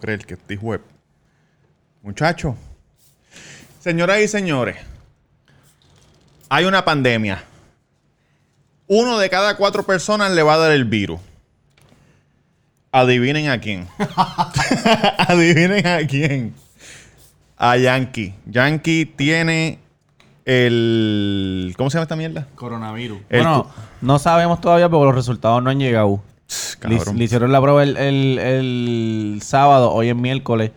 creer que este estoy web. Muchachos, señoras y señores, hay una pandemia. Uno de cada cuatro personas le va a dar el virus. Adivinen a quién. Adivinen a quién. A Yankee. Yankee tiene el. ¿Cómo se llama esta mierda? Coronavirus. El bueno, no sabemos todavía porque los resultados no han llegado. Le, Cabrón. le hicieron la prueba el, el- el sábado, hoy es miércoles.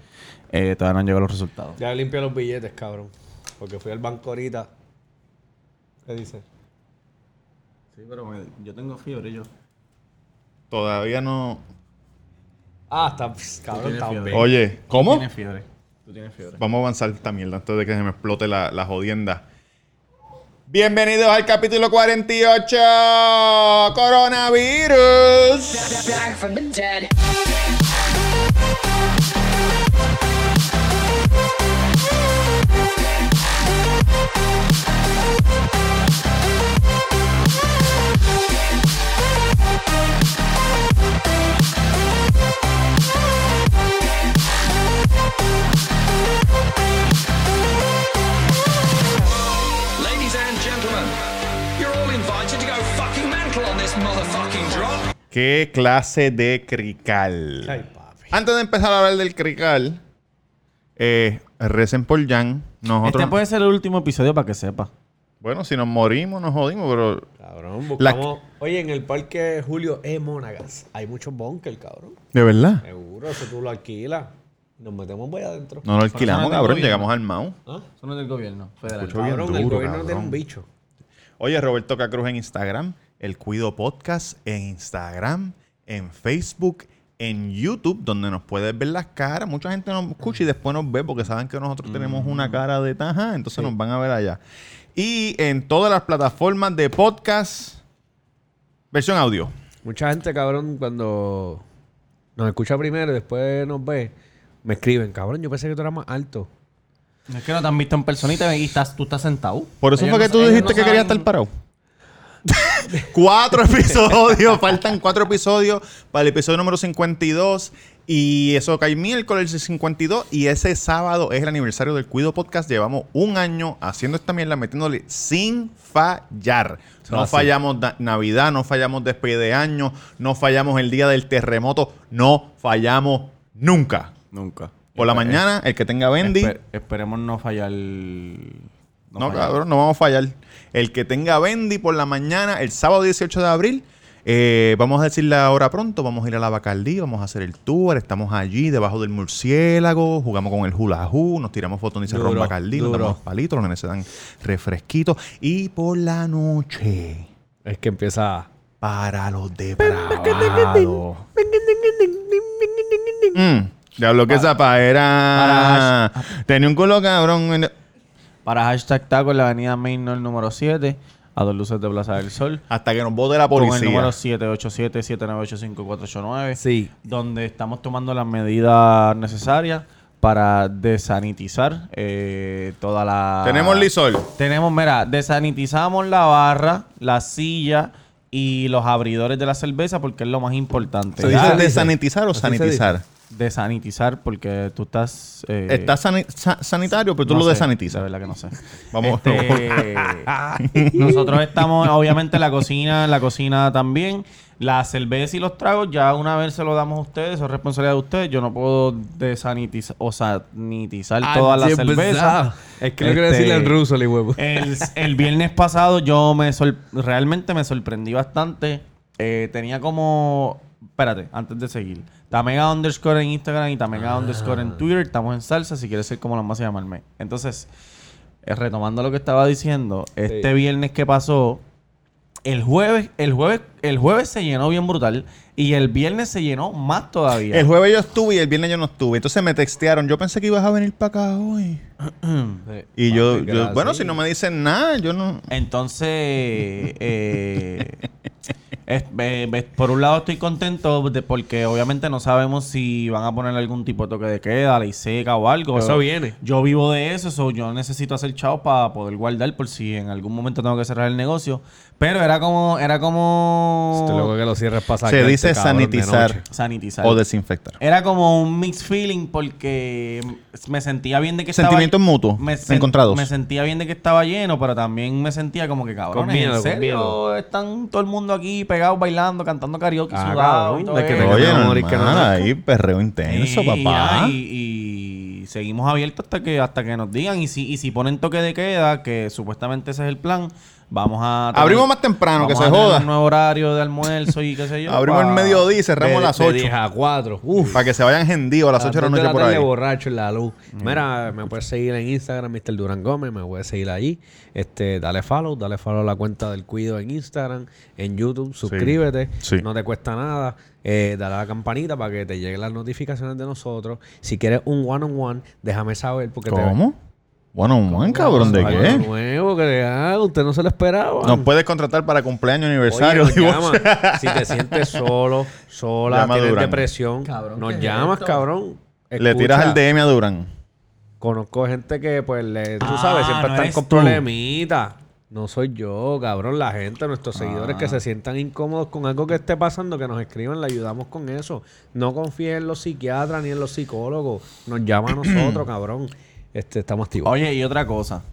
Eh, todavía no han llegado los resultados. Ya limpia los billetes, cabrón. Porque fui al banco ahorita. ¿Qué dice? Sí, pero eh, yo tengo fiebre yo. Todavía no. Ah, está, pss, cabrón, Tiene está fiebre. bien. Oye, ¿cómo? Tienes fiebre. Tú tienes fiebre. Vamos a avanzar esta mierda antes de que se me explote la, la jodienda. Bienvenidos al capítulo 48, coronavirus. back from the dead. Ladies and gentlemen, you're all invited to go fucking mental on this motherfucking drop. ¿Qué clase de crical? Ay, papi. Antes de empezar a hablar del crical, eh, recen por Jan. Nosotros, Este puede ser el último episodio para que sepa. Bueno, si nos morimos, nos jodimos, pero Cabrón, buscamos. Oye, en el parque Julio E. Monagas hay muchos bunkers, cabrón. de verdad. Seguro, eso tú lo alquilas. Nos metemos muy adentro. No lo alquilamos, Personas del cabrón. gobierno. Llegamos al Mau. Son del gobierno federal. Escucho bien Cabrón, el duro, gobierno no tiene cabrón. un bicho. Oye, Roberto Cacruz en Instagram, El Cuido Podcast en Instagram, en Facebook, en YouTube, donde nos puedes ver las caras. Mucha gente nos escucha y después nos ve porque saben que nosotros tenemos una cara de taja, entonces nos van a ver allá. Y en todas las plataformas de podcast, versión audio. Mucha gente, cabrón, cuando nos escucha primero y después nos ve, me escriben, cabrón, yo pensé que tú eras más alto. No es que no te han visto en personita y estás, tú estás sentado. Por eso Ellos fue que no- tú ellos dijiste no que querías saben- estar parado. cuatro episodios, faltan cuatro episodios para el episodio número 52 y eso cae miércoles el 52 y ese sábado es el aniversario del Cuido Podcast. Llevamos un año haciendo esta mierda, metiéndole sin fallar. No Así. fallamos da- Navidad, no fallamos despegue de año, no fallamos el día del terremoto, no fallamos nunca. Nunca. Por la Espe- mañana, el que tenga Bendy. Espe- esperemos no fallar. No, No, fallar. cabrón, no vamos a fallar. El que tenga Bendy por la mañana, el sábado 18 de abril, eh, vamos a decir la hora pronto. Vamos a ir a la Bacardí, vamos a hacer el tour. Estamos allí debajo del murciélago, jugamos con el hula hoo, nos tiramos fotos en Cerrón Duro, Bacardí, nos duro. damos palitos, los nenes se dan refresquitos. Y por la noche, Es que empieza. para los depravados. Mm, diablo, que esa pa era. Tenía un culo cabrón. en- Para hashtag taco en la avenida Mainor número 7, a dos luces de Plaza del Sol. Hasta que nos bote la policía. Con el número 787-798-5489. Sí. Donde estamos tomando las medidas necesarias para desanitizar eh, toda la... Tenemos Lisol. Tenemos, mira, desanitizamos la barra, la silla y los abridores de la cerveza porque es lo más importante. ¿Se dice Ah, dice. desanitizar o Así se dice. sanitizar? Desanitizar porque tú estás... eh, Está sani- sa- sanitario, pero tú no lo sé, desanitizas. De verdad que no sé. Vamos. Este, nosotros estamos, obviamente, la cocina, la cocina también. La cerveza y los tragos, ya una vez se lo damos a ustedes, eso es responsabilidad de ustedes. Yo no puedo desanitizar o sanitizar Ah, toda la cerveza. Es que no quiero decirle en Este, ruso, le huevo. el, el viernes pasado yo me sor- realmente me sorprendí bastante. Eh, tenía como... Espérate, antes de seguir. Tamega underscore en Instagram y Tamega underscore en Twitter. Estamos en salsa, si quieres ser como la más a llamarme. Entonces, eh, retomando lo que estaba diciendo, este viernes que pasó, el jueves, el jueves, el jueves se llenó bien brutal y el viernes se llenó más todavía. El jueves yo estuve y el viernes yo no estuve. Entonces me textearon. Yo pensé que ibas a venir para acá hoy. Y yo, yo- bueno, si no me dicen nada, yo no. Entonces, eh, Es- eh, ves, por un lado estoy contento de- porque obviamente no sabemos si van a poner algún tipo de toque de queda, ley seca o algo. Eso viene. Yo vivo de eso, so yo necesito hacer chao para poder guardar por si en algún momento tengo que cerrar el negocio. Pero era como, era como Este loco que lo cierres pasa Se dice este sanitizar sanitizar. o desinfectar. Era como un mixed feeling porque me sentía bien de que Sentimientos estaba... mutuos, sen- encontrados. Me sentía bien de que estaba lleno, pero también me sentía como que, cabrón, Con miedo, ¿en con serio? miedo. Están todo el mundo aquí pegados, bailando, cantando karaoke, Ah, sudado y cabrón, todo de que eso. te Oye, que no morir, normal, que no nazca. ahí perreo intenso, Sí, papá. ah, Y, y seguimos abiertos hasta que hasta que nos digan. Y si, y si ponen toque de queda, que supuestamente ese es el plan, vamos a... tener- Abrimos más temprano, que vamos a se tener joda. Un nuevo horario de almuerzo y qué sé yo. Abrimos pa- el mediodía y cerramos a las 8. 10 a 4. Para que se vayan gendíos a las 8 de la noche por ahí. Mm. borracho en la luz. Mira, me puedes seguir en Instagram, Mr. Durán Gómez. Me puedes seguir allí. Este, dale follow, dale follow a la cuenta del Cuido en Instagram, en YouTube. Suscríbete. sí. No te cuesta nada. Eh, dale a la campanita para que te lleguen las notificaciones de nosotros. Si quieres un one-on-one, déjame saber. Porque te- ¿Cómo? Bueno, un buen cabrón, ¿de Algo qué? pues, nuevo que le haga, Usted no se lo esperaba. Nos puedes contratar para cumpleaños, Oye, aniversario, nos divorcio. llama. Si te sientes solo, sola, Llama a tienes Durán. depresión, Cabrón, ¿qué nos es llamas, esto? cabrón. Le tiras Escucha, el DM a Durán. Conozco gente que, pues, le- tú Ah, sabes, siempre no están eres con tú. problemitas. No soy yo, cabrón. La gente, nuestros seguidores Ah. que se sientan incómodos con algo que esté pasando, que nos escriban, le ayudamos con eso. No confíen en los psiquiatras ni en los psicólogos. Nos llama a nosotros, cabrón. Este, estamos activos. Oye, y otra cosa.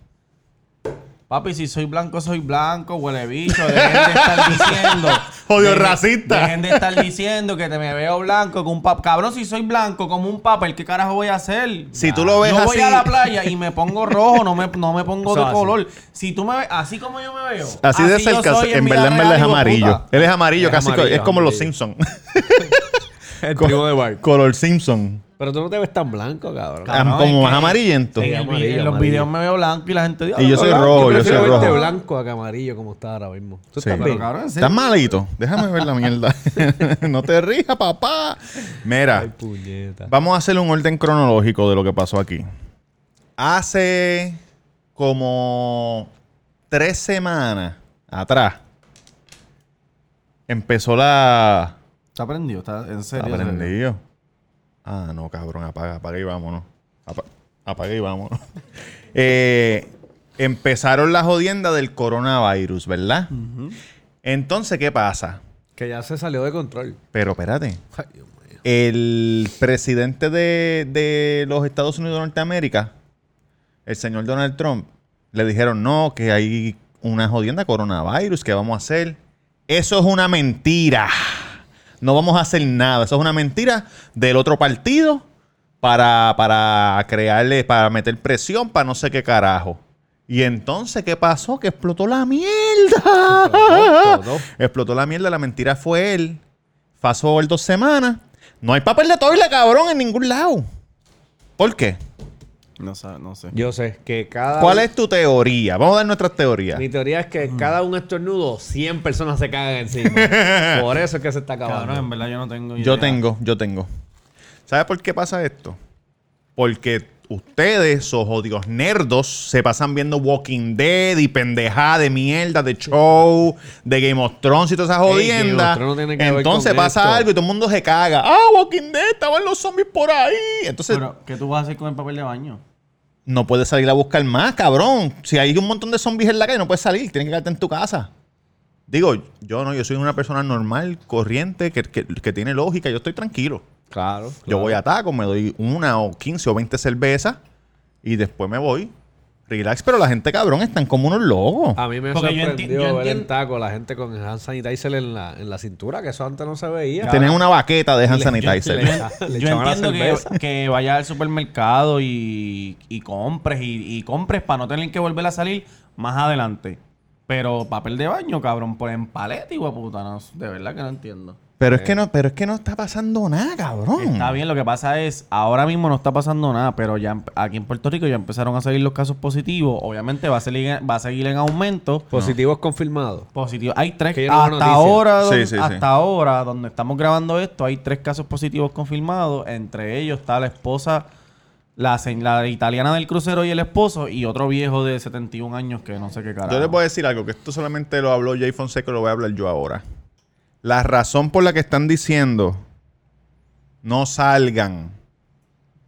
Papi, si soy blanco, soy blanco, huele bicho. Dejen de estar diciendo. Jodido dejen- racista. Dejen de estar diciendo que te me veo blanco con un pap. Cabrón, si soy blanco como un papel, ¿qué carajo voy a hacer? Si tú lo ves Yo voy así- a la playa y me pongo rojo, no me, no me pongo Eso de así. color. Si tú me ves así como yo me veo. Así de yo cerca, soy en vida verdad, en verdad real, es hijo de amarillo. puta. Él es amarillo, Es casi co- es amarillo, como los amarillo. Simpsons. El Co- primo de Bart. Color Simpson. Pero tú no te ves tan blanco, cabrón. Ah, como es más que- amarillento. En, el Amarillo, video- en los amarillo. videos me veo blanco y la gente dice. Y yo "Ah, soy blanco". rojo, yo prefiero soy verte rojo. blanco a que amarillo como está ahora mismo. Tú Sí. estás Pero bien. cabrón, en serio. Estás malito. Déjame ver la mierda. no te rijas, papá. Ay, Mira, puñeta. vamos a hacer un orden cronológico de lo que pasó aquí. Hace como tres semanas atrás empezó la. Está prendido, está en serio. Aprendido. Ah, no, cabrón. Apaga, apaga y vámonos. Apa- apaga y vámonos. Eh, empezaron la jodienda del coronavirus, ¿verdad? Entonces, ¿qué pasa? Que ya se salió de control. Pero espérate. Ay, Dios mío. El presidente de, de los Estados Unidos de Norteamérica, el señor Donald Trump, le dijeron no, que hay una jodienda coronavirus, ¿qué vamos a hacer? Eso es una mentira. No vamos a hacer nada. Eso es una mentira del otro partido para, para crearle, para meter presión, para no sé qué carajo. Y entonces, ¿qué pasó? Que explotó la mierda. Explotó. Explotó la mierda, la mentira fue él. Pasó el dos semanas. No hay papel de toile, cabrón, en ningún lado. ¿Por qué? No, sé, no sé. Yo sé que cada. ¿Cuál es tu teoría? Vamos a dar nuestras teorías. Mi teoría es que cada un estornudo, 100 personas se cagan encima. Por eso es que se está acabando. Cabrón, en verdad yo no tengo Yo idea. tengo, yo tengo. ¿Sabes por qué pasa esto? Porque ustedes, esos odios nerdos, se pasan viendo Walking Dead y pendejada de mierda, de show, de Game of Thrones y todas esas Ey, Game of jodiendas. Thrones tiene que ver Entonces con pasa esto. algo y todo el mundo se caga. ¡Ah, Walking Dead! Estaban los zombies por ahí. Entonces, Pero, ¿qué tú vas a hacer con el papel de baño? no puedes salir a buscar más, cabrón. Si hay un montón de zombies en la calle, no puedes salir, tienes que quedarte en tu casa. Digo, yo no, yo soy una persona normal, corriente, que, que- que tiene lógica, yo estoy tranquilo. Claro. Yo voy a taco, me doy una o 15 o 20 cervezas y después me voy. Relax, pero la gente, cabrón, están como unos locos. A mí me Porque yo sorprendió enti- yo ver en entiendo- taco la gente con el hand sanitizer en la, en la cintura, que eso antes no se veía. Tienen una baqueta de hand Le- sanitizer. le yo echaban la entiendo que, cerveza. que vayas al supermercado y, y compres y, y compres para no tener que volver a salir más adelante. Pero papel de baño, cabrón, por en paleta, hijo de puta, no, de verdad que no entiendo. Pero es que no, pero es que no está pasando nada, cabrón. Mm. Está bien, lo que pasa es, ahora mismo no está pasando nada, pero ya em- aquí en Puerto Rico ya empezaron a salir los casos positivos. Obviamente va a seguir, va a seguir en aumento. Positivos confirmados. Positivos. Hay tres. Que yo no veo hasta noticias. ahora, Sí, don- sí, sí. hasta ahora, donde estamos grabando esto, hay tres casos positivos confirmados. Entre ellos está la esposa, la, se- la italiana del crucero y el esposo, y otro viejo de 71 años que no sé qué carajo. Yo les voy a decir algo, que esto solamente lo habló Jay Fonseca y lo voy a hablar yo ahora. La razón por la que están diciendo no salgan,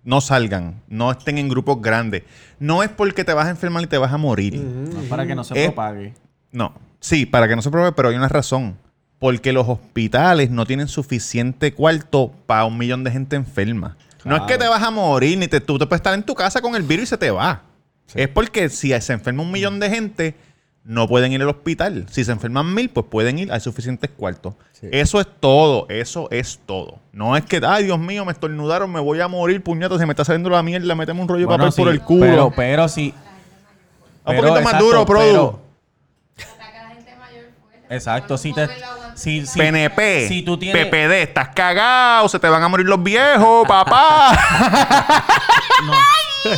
no salgan, no estén en grupos grandes, no es porque te vas a enfermar y te vas a morir. No, para que no se Eh, propague. No, sí, para que no se pruebe, pero hay una razón. Porque los hospitales no tienen suficiente cuarto para un millón de gente enferma. No es que te vas a morir, ni te, tú te puedes estar en tu casa con el virus y se te va. Es porque si se enferma un millón de gente, no pueden ir al hospital. Si se enferman mil, pues pueden ir, hay suficientes cuartos. Eso es todo, eso es todo. No es que, ay Dios mío, me estornudaron, me voy a morir, puñata, se me está saliendo la mierda, méteme un rollo de Bueno, papel sí, por el culo. Pero, pero sí. un pero, poquito más exacto, duro, produ. pero- Ataca a la gente mayor fuerte. Exacto, si si te- si- si- PNP, Si tú tienes- PPD, estás cagado, se te van a morir los viejos, papá. No.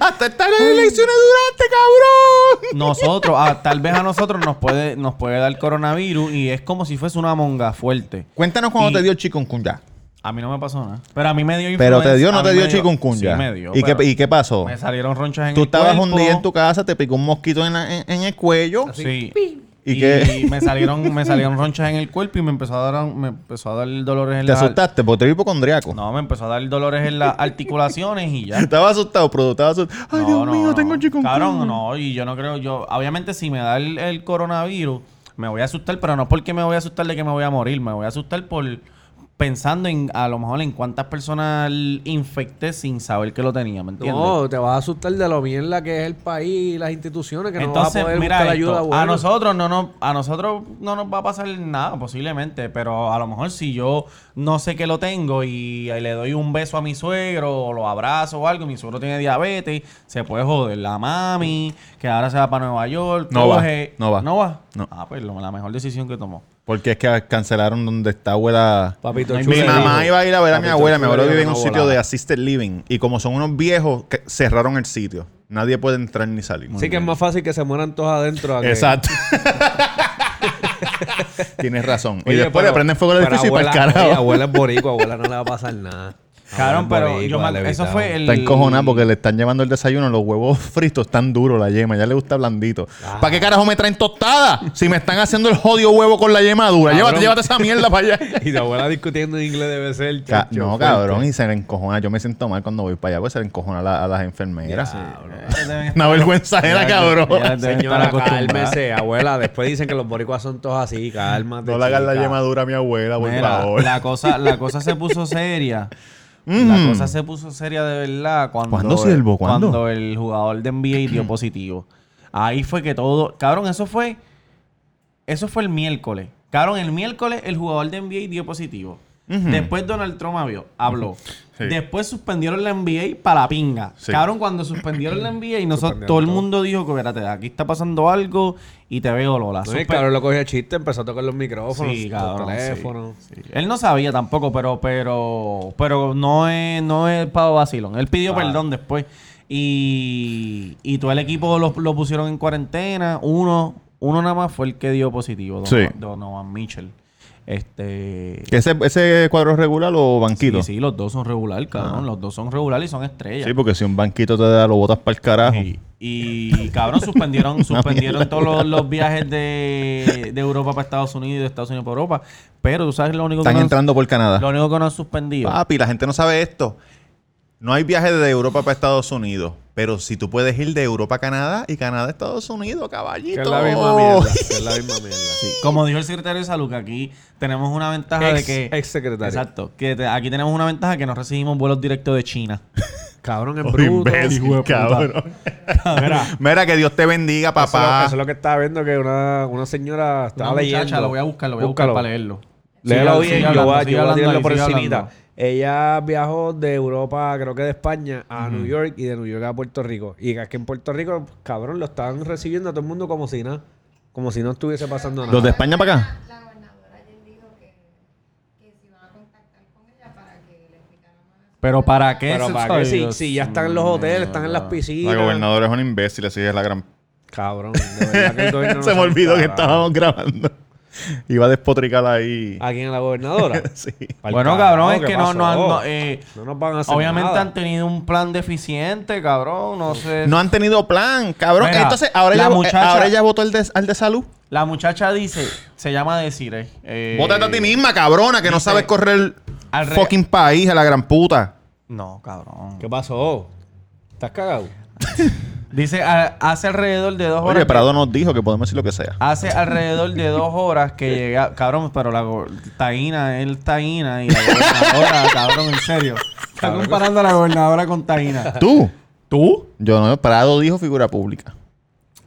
Hasta estas elecciones durante, cabrón. nosotros, ah, tal vez a nosotros nos puede, nos puede dar coronavirus y es como si fuese una monga fuerte. Cuéntanos cuando Y- te dio chikungunya. A mí no me pasó nada. Pero a mí me dio Pero te dio, influenza, no a te mí dio me chikungunya. Sí, me dio. ¿Y, pero qué, ¿Y qué pasó? Me salieron ronchas en Tú el estabas un cuerpo. día en tu casa, te picó un mosquito en, la- en- en el cuello. Sí. ¿Y ¿Y, qué? me salieron me salieron ronchas en el cuerpo y me empezó a dar me empezó a dar dolores en Te las asustaste porque te dio hipocondriaco. No, me empezó a dar dolores en las articulaciones y ya. Estaba asustado, pero estaba asustado. Ay, No, Dios no, mío, no. tengo chikungunya. Cabrón, no, y yo no creo, yo, obviamente si me da el, el coronavirus, me voy a asustar, pero no porque me voy a asustar de que me voy a morir, me voy a asustar por pensando en, a lo mejor en cuántas personas infecté sin saber que lo tenía, ¿me entiendes? No, te vas a asustar de lo mierda que es el país y las instituciones que no vas Entonces, a poder mira, buscar esto, ayuda a buena. nosotros no nos, a nosotros no nos va a pasar nada posiblemente, pero a lo mejor si yo no sé que lo tengo y, le doy un beso a mi suegro o lo abrazo o algo, mi suegro tiene diabetes, se puede joder la mami, que ahora se va para Nueva York, No va, no va. no va. No. Ah, pues lo- la mejor decisión que tomó. Porque es que cancelaron donde está abuela. Papito Mi Chulo Mi le mamá dijo, iba a ir a ver a mi Papito abuela. Mi Chulo abuela le vive en dijo un una sitio de volada. assisted living. Y como son unos viejos, que cerraron el sitio. Nadie puede entrar ni salir. Sí que es más fácil que se mueran todos adentro. a que- Exacto. Tienes razón. y Oye, después le pero- prenden fuego al pero edificio y para el abuela- carajo. oye, abuela es boricua, abuela no le va a pasar nada. Ah, Cabrón, Abuela es pero yo boricua, me- le eso evitamos. fue el Está encojonada porque le están llevando el desayuno. Los huevos fritos están duros, la yema. Ya le gusta blandito. Ah. ¿Para qué carajo me traen tostada? si me están haciendo el jodido huevo con la yema dura. Llévate, Cabrón. llévate esa mierda para allá. Y tu abuela discutiendo en inglés debe ser. Ca- chacho, no, fuerte. cabrón. Y se le encojona. Yo me siento mal cuando voy para allá porque se le encojona a, la- a las enfermeras. Una vergüenza era, cabrón. Ya deben estar Señora, acostumbradas. cálmese, abuela. Después dicen que los boricuas son todos así, cálmate. No le hagas la chica. llamadura a mi abuela, por Mira, favor. la cosa, la cosa se puso seria. La cosa se puso seria de verdad cuando, ¿Cuándo, siervo? ¿Cuándo? cuando el jugador de NBA dio positivo. Ahí fue que todo. Cabrón, eso fue. Eso fue el miércoles. Cabrón, el miércoles el jugador de NBA dio positivo. Después Donald Trump habló. habló. Sí. Después suspendieron la NBA para la pinga. Sí. Cabrón, cuando suspendieron la NBA y nosotros, todo el mundo dijo que, espérate, aquí está pasando algo y te veo, Lola. No, y el Suspe- cabrón lo cogió de chiste, empezó a tocar los micrófonos, Sí, los cabrón, sí, teléfonos. sí. Él no sabía tampoco, pero, pero, pero no es, no es para vacilón. Él pidió Claro. perdón después. Y, y todo el equipo lo, lo pusieron en cuarentena. Uno, uno nada más fue el que dio positivo, Don- Sí. Donovan Mitchell. Este. ¿Ese, ¿Ese cuadro regular o banquito? Sí, Sí, sí, los dos son regular, cabrón. Los dos son regular y son estrellas. Ah. porque si un banquito te da, lo botas para el carajo. Y, y, cabrón, suspendieron, suspendieron todos los, los viajes de, de Europa para Estados Unidos y de Estados Unidos para Europa. Pero tú sabes lo único Están que no- entrando por Canadá. lo único que no han suspendido. Papi, la gente no sabe esto. No hay viajes de Europa para Estados Unidos. Pero si tú puedes ir de Europa a Canadá y Canadá a Estados Unidos, Que caballito. Oh. es la misma mierda. Que es la misma mierda. Como dijo el secretario de salud, que aquí tenemos una ventaja Ex- de que. exsecretario. Exacto. Que te- aquí tenemos una ventaja que no recibimos vuelos directos de China. Cabrón, es Oh, bruto. imbécil, Hijo de puta. cabrón. Mira, Mira, que Dios te bendiga, Eso, es lo- papá. eso es lo que estaba viendo que una, una señora estaba una leyendo. muchacha, lo voy a buscar, lo voy a buscar Búscalo. para leerlo. Léelo Sigue- bien, sigue yo hablando, voy a- sigue yo voy a hablando tirarlo ahí, por sigue encimita. hablando. Ella viajó de Europa, creo que de España, a New York y de New York a Puerto Rico. Y es que en Puerto Rico, cabrón, lo estaban recibiendo a todo el mundo como si nada. Como si no estuviese pasando Los de nada. España para acá. La gobernadora ayer dijo que, que si van a contactar con ella para que le explicara más. Pero para qué. Pero eso para qué, es- si, si ya están en los hoteles, están en las piscinas. La gobernadora es un imbécil, así es la gran. Cabrón, de verdad que el gobierno no Se me sabe un olvidó que carajo. estábamos grabando. Iba a despotricar ahí. Ah. ¿A quién? ¿A la gobernadora? Sí. Pa'l Bueno, cabrón, es ¿qué que no- pasó? no- no, eh, No nos van a hacer Obviamente nada. han tenido un plan deficiente, cabrón. No sé. No han tenido plan, cabrón. Mira, Entonces, ahora la ella, muchacha- ahora ella votó al de, al de salud. La muchacha dice, se llama Desire. Eh, Vótate a ti misma, cabrona, que no dice- sabes correr Al re- fucking país a la gran puta. No, cabrón. ¿Qué pasó? ¿Estás cagado? Dice, a- hace alrededor de dos horas. Oye, Prado nos dijo que podemos decir lo que sea. Hace alrededor de dos horas que llega. Cabrón, pero la go- Taína, él Taína y la gobernadora, cabrón, en serio. Está comparando a la gobernadora con Taína. ¿Tú? ¿Tú? Yo no, Prado dijo figura pública.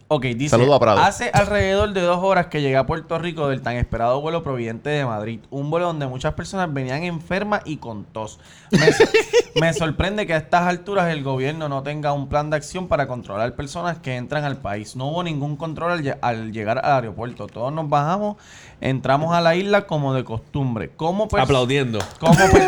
Ok, dice. Saludo a Prado. Hace alrededor de dos horas que llegué a Puerto Rico del tan esperado vuelo providente de Madrid. Un vuelo donde muchas personas venían enfermas y con tos. Me, so- me sorprende que a estas alturas el gobierno no tenga un plan de acción para controlar personas que entran al país. No hubo ningún control al, lle- al llegar al aeropuerto. Todos nos bajamos, entramos a la isla como de costumbre. ¿Cómo Aplaudiendo. como, per-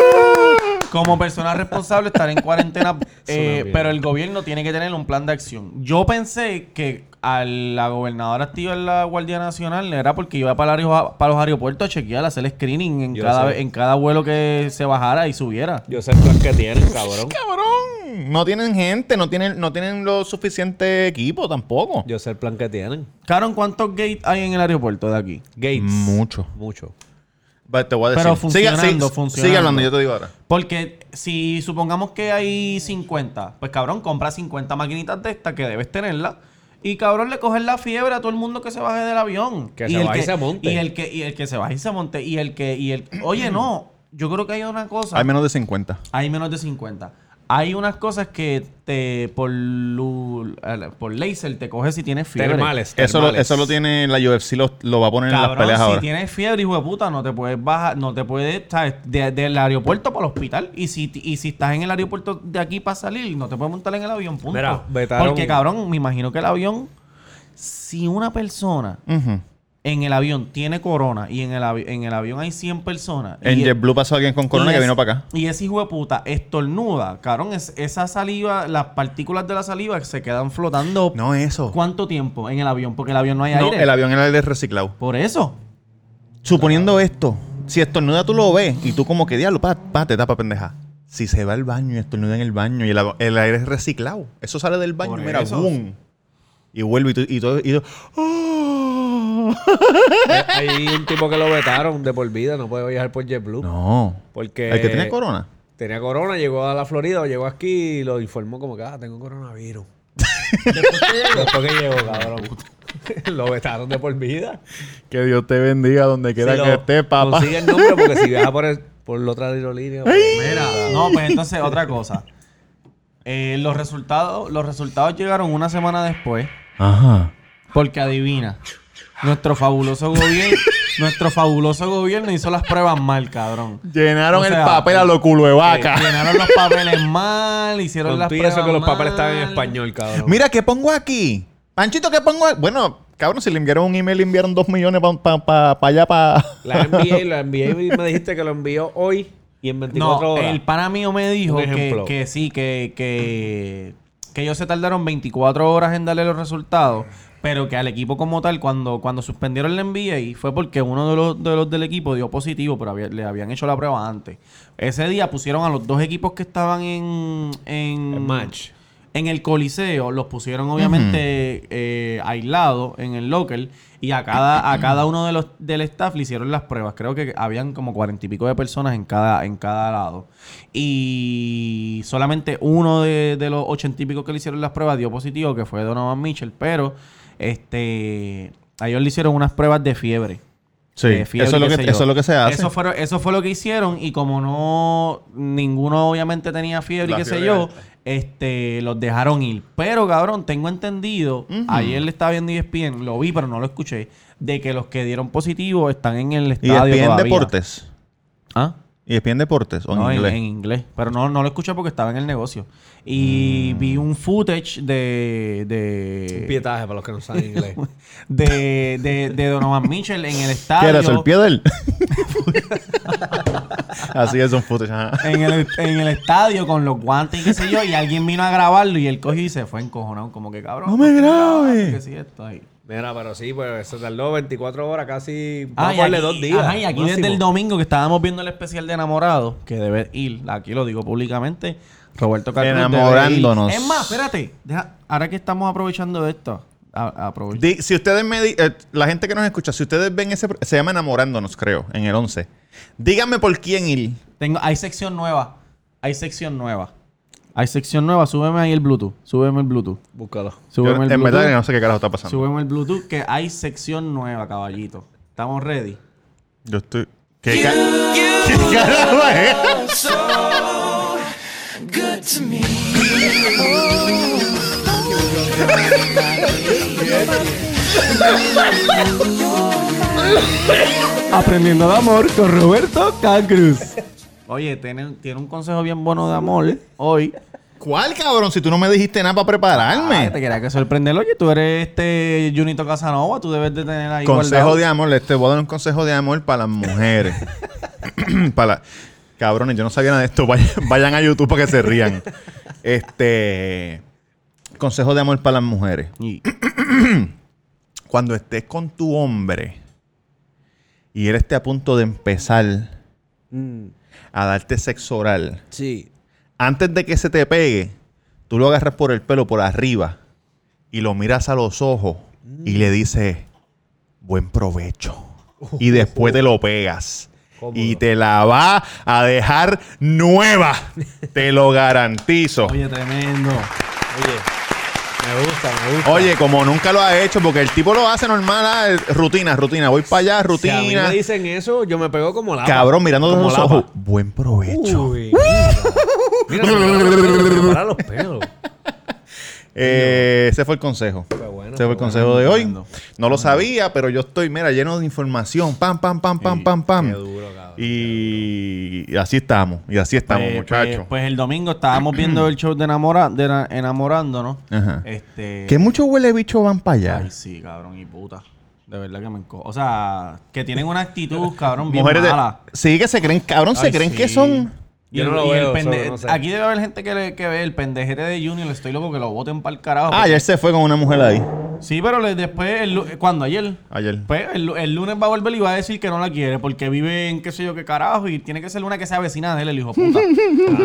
como persona responsable estar en cuarentena, eh, mierda. pero el gobierno tiene que tener un plan de acción. Yo pensé que a la gobernadora activa en la Guardia Nacional era porque iba para, el aeropu- para los aeropuertos a chequear, a hacer screening en Yo cada, sé. ve- en cada vuelo que se bajara y subiera. Yo sé el plan que tienen, cabrón. Cabrón, no tienen gente, no tienen, no tienen lo suficiente equipo tampoco. Yo sé el plan que tienen. Caron, ¿cuántos gates hay en el aeropuerto de aquí? Gates. Mucho. Mucho. Va, Te voy a decir. Pero Siga- funcionando, sí, funcionando. Sigue hablando, yo te digo ahora. Porque si supongamos que hay 50, pues cabrón, compra 50 maquinitas de estas que debes tenerla. Y cabrón, le coges la fiebre a todo el mundo que se baje del avión. Que se el baje y se monte. Y el que, y el que se baje y se monte. Y el que, y el. Oye, no. Yo creo que hay una cosa. Hay menos de 50. Hay menos de 50. Hay unas cosas que te por, lu- eh, por laser te coges si tienes fiebre. Termales. Eso lo, termales. eso lo tiene la UFC, lo, lo va a poner en las Cabrón, peleas si ahora. tienes fiebre, hijo de puta, no te puedes bajar, no te puedes, ¿sabes? De- del aeropuerto para el hospital. Y si, y si estás en el aeropuerto de aquí para salir, no te puedes montar en el avión, punto. Mira, vetaron- Porque, cabrón, me imagino que el avión, si una persona Ujú. en el avión tiene corona y en el, avi- en el avión hay 100 personas. En y- JetBlue pasó alguien con corona y que es- vino para acá. Y ese hijo de puta estornuda, cabrón, es, esa saliva, las partículas de la saliva se quedan flotando. No, eso. ¿Cuánto tiempo en el avión? Porque el avión no hay No, aire. el avión era el de reciclado. Por eso. Suponiendo esto, si estornuda tú lo ves y tú como que diablo, pa, pa, te tapa pendeja. Si se va al baño y estornuda en el baño y el, av- el aire es reciclado, eso sale del baño, Por mira, eso. boom. Y vuelve y tú, y todo, y tú- ¡Oh! Hay un tipo que lo vetaron de por vida, no puede viajar por JetBlue. No. Porque El que tiene corona. Tenía corona, llegó a la Florida, llegó aquí y lo informó como que, ah, tengo coronavirus. Después que llegó, cabrón. lo vetaron de por vida. Que Dios te bendiga donde quiera Si que lo- esté, papá. Consigue el número porque si viaja por, el- por la otra aerolínea... pues, Mira, no, pues entonces otra cosa. Eh, los resultados, los resultados llegaron una semana después, Ajá. porque adivina, nuestro fabuloso gobierno, nuestro fabuloso gobierno hizo las pruebas mal, cabrón. Llenaron O sea, el papel a lo culo de vaca. Llenaron los papeles mal, hicieron Con las tú y pruebas eso que los mal. papeles estaban en español, cabrón. Mira, ¿qué pongo aquí? Panchito, ¿qué pongo aquí? Bueno, cabrón, si le enviaron un email, le enviaron dos millones para allá, para... La envié, la envié y me dijiste que lo envió hoy y en 24 No, horas. el pana mío me dijo que, Un ejemplo. que sí, que, que, que ellos se tardaron 24 horas en darle los resultados, pero que al equipo como tal, cuando, cuando suspendieron el NBA, fue porque uno de los, de los del equipo dio positivo, pero había- le habían hecho la prueba antes. Ese día pusieron a los dos equipos que estaban en... En El match. En el coliseo los pusieron obviamente eh, aislados en el locker y a cada, a cada uno de los del staff le hicieron las pruebas. Creo que habían como cuarenta y pico de personas en cada, en cada lado. Y solamente uno de, de los ochenta y pico que le hicieron las pruebas dio positivo, que fue Donovan Mitchell, pero este a ellos le hicieron unas pruebas de fiebre. Sí, de fiebre, eso, es lo eh, qué que, sé yo. eso es lo que se hace. Eso fue, eso fue lo que hicieron y como no ninguno obviamente tenía fiebre La y qué sé fiebre yo, alta. este los dejaron ir. Pero cabrón, tengo entendido, ayer le estaba viendo E ESPN, lo vi pero no lo escuché, de que los que dieron positivo están en el y estadio ESPN todavía. Deportes. ¿Ah? Y ESPN Deportes, o en No, en inglés. en inglés. Pero no, no lo escuché porque estaba en el negocio. Y Mm. vi un footage de... de pietaje para los que no saben inglés. de, de, de Donovan Mitchell en el ¿Qué estadio. eres, el pie de él? Así es, un footage. ajá. en el, en el estadio con los guantes y qué sé yo, y alguien vino a grabarlo y él cogió y se fue encojonado, como que cabrón. No me grabe. ¿Qué sí esto ahí? Mira, pero sí, pues se tardó 24 horas, casi. Ah, Vamos y a darle aquí- dos días. ajá, y aquí máximo. desde el domingo que estábamos viendo el especial de Enamorado, que debe ir, aquí lo digo públicamente, Roberto Carlos debe ir. Enamorándonos. Es más, espérate, deja- ahora que estamos aprovechando de esto, a- aprovecha. Di- si ustedes me... di- eh, la gente que nos escucha, si ustedes ven ese... pro- Se llama Enamorándonos, creo, en el 11. Díganme por quién ir. Tengo, hay sección nueva, hay sección nueva. Hay sección nueva, súbeme ahí el Bluetooth, súbeme el Bluetooth. Búscalo. Yo, Súbeme el en verdad que no Bluetooth, sé qué carajo está pasando. súbeme el Bluetooth, que hay sección nueva, caballito. ¿Estamos ready? Yo estoy... ¿Qué, ca- ¿Qué carajo es? Aprendiendo de amor con Roberto Cancruz. Oye, tiene, tiene un consejo bien bueno de amor ¿eh? hoy. Ah, ¿Cuál, cabrón? Si tú no me dijiste nada para Ah, te prepararme. quería que sorprenderlo. Oye, tú eres este Junito Casanova, tú debes de tener ahí consejo guardado. de amor. Te voy a dar un consejo de amor para las mujeres. para la- Cabrones, yo no sabía nada de esto. Vayan, vayan a YouTube para que se rían. Este... Consejo de amor para las mujeres. Y- cuando estés con tu hombre y él esté a punto de empezar Mm, a darte sexo oral, Sí. antes de que se te pegue, tú lo agarras por el pelo por arriba y lo miras a los ojos y le dices, buen provecho. Y después te lo pegas. Y te la va a dejar nueva. te lo garantizo. Oye, tremendo. Oye, me gusta, me gusta. Oye, como nunca lo ha hecho, porque el tipo lo hace normal, ah, rutina, rutina. Voy para allá, si a mí rutina. me dicen eso, yo me pego como la. Cabrón, mirando como los lapa. ojos. Buen provecho. Uy, mira, mira, mira, mira, mira, para los pelos. Eh, ese fue el consejo. bueno, ese fue el qué consejo de hoy. tremendo. No lo sabía, pero yo estoy, mira, lleno de información. Pam, pam, pam, pam, pam, pam. Y y así estamos. Y así estamos, Pues, muchachos. pues- pues el domingo estábamos viendo el show de, enamora, de na- Enamorándonos. Ajá. Este... Que muchos huele bicho van para allá. Ay, sí, cabrón, y puta. De verdad que me enco... O sea, que tienen una actitud, cabrón, bien Mujeres de- mala. Sí, que se creen, cabrón, se Ay, creen sí. que son. Y Yo el- no lo y el veo, pende- solo, no sé. Aquí debe haber gente que, le- que ve el pendejete de Junior. Estoy loco que lo voten para el carajo. Ah, ayer se fue con una mujer ahí. Sí, pero le- después, el, lu- ¿cuándo? ¿Ayer? Ayer. Pues el, lu- el lunes va a volver y va a decir que no la quiere porque vive en qué sé yo qué carajo y tiene que ser una que sea vecina de él, el hijo puta.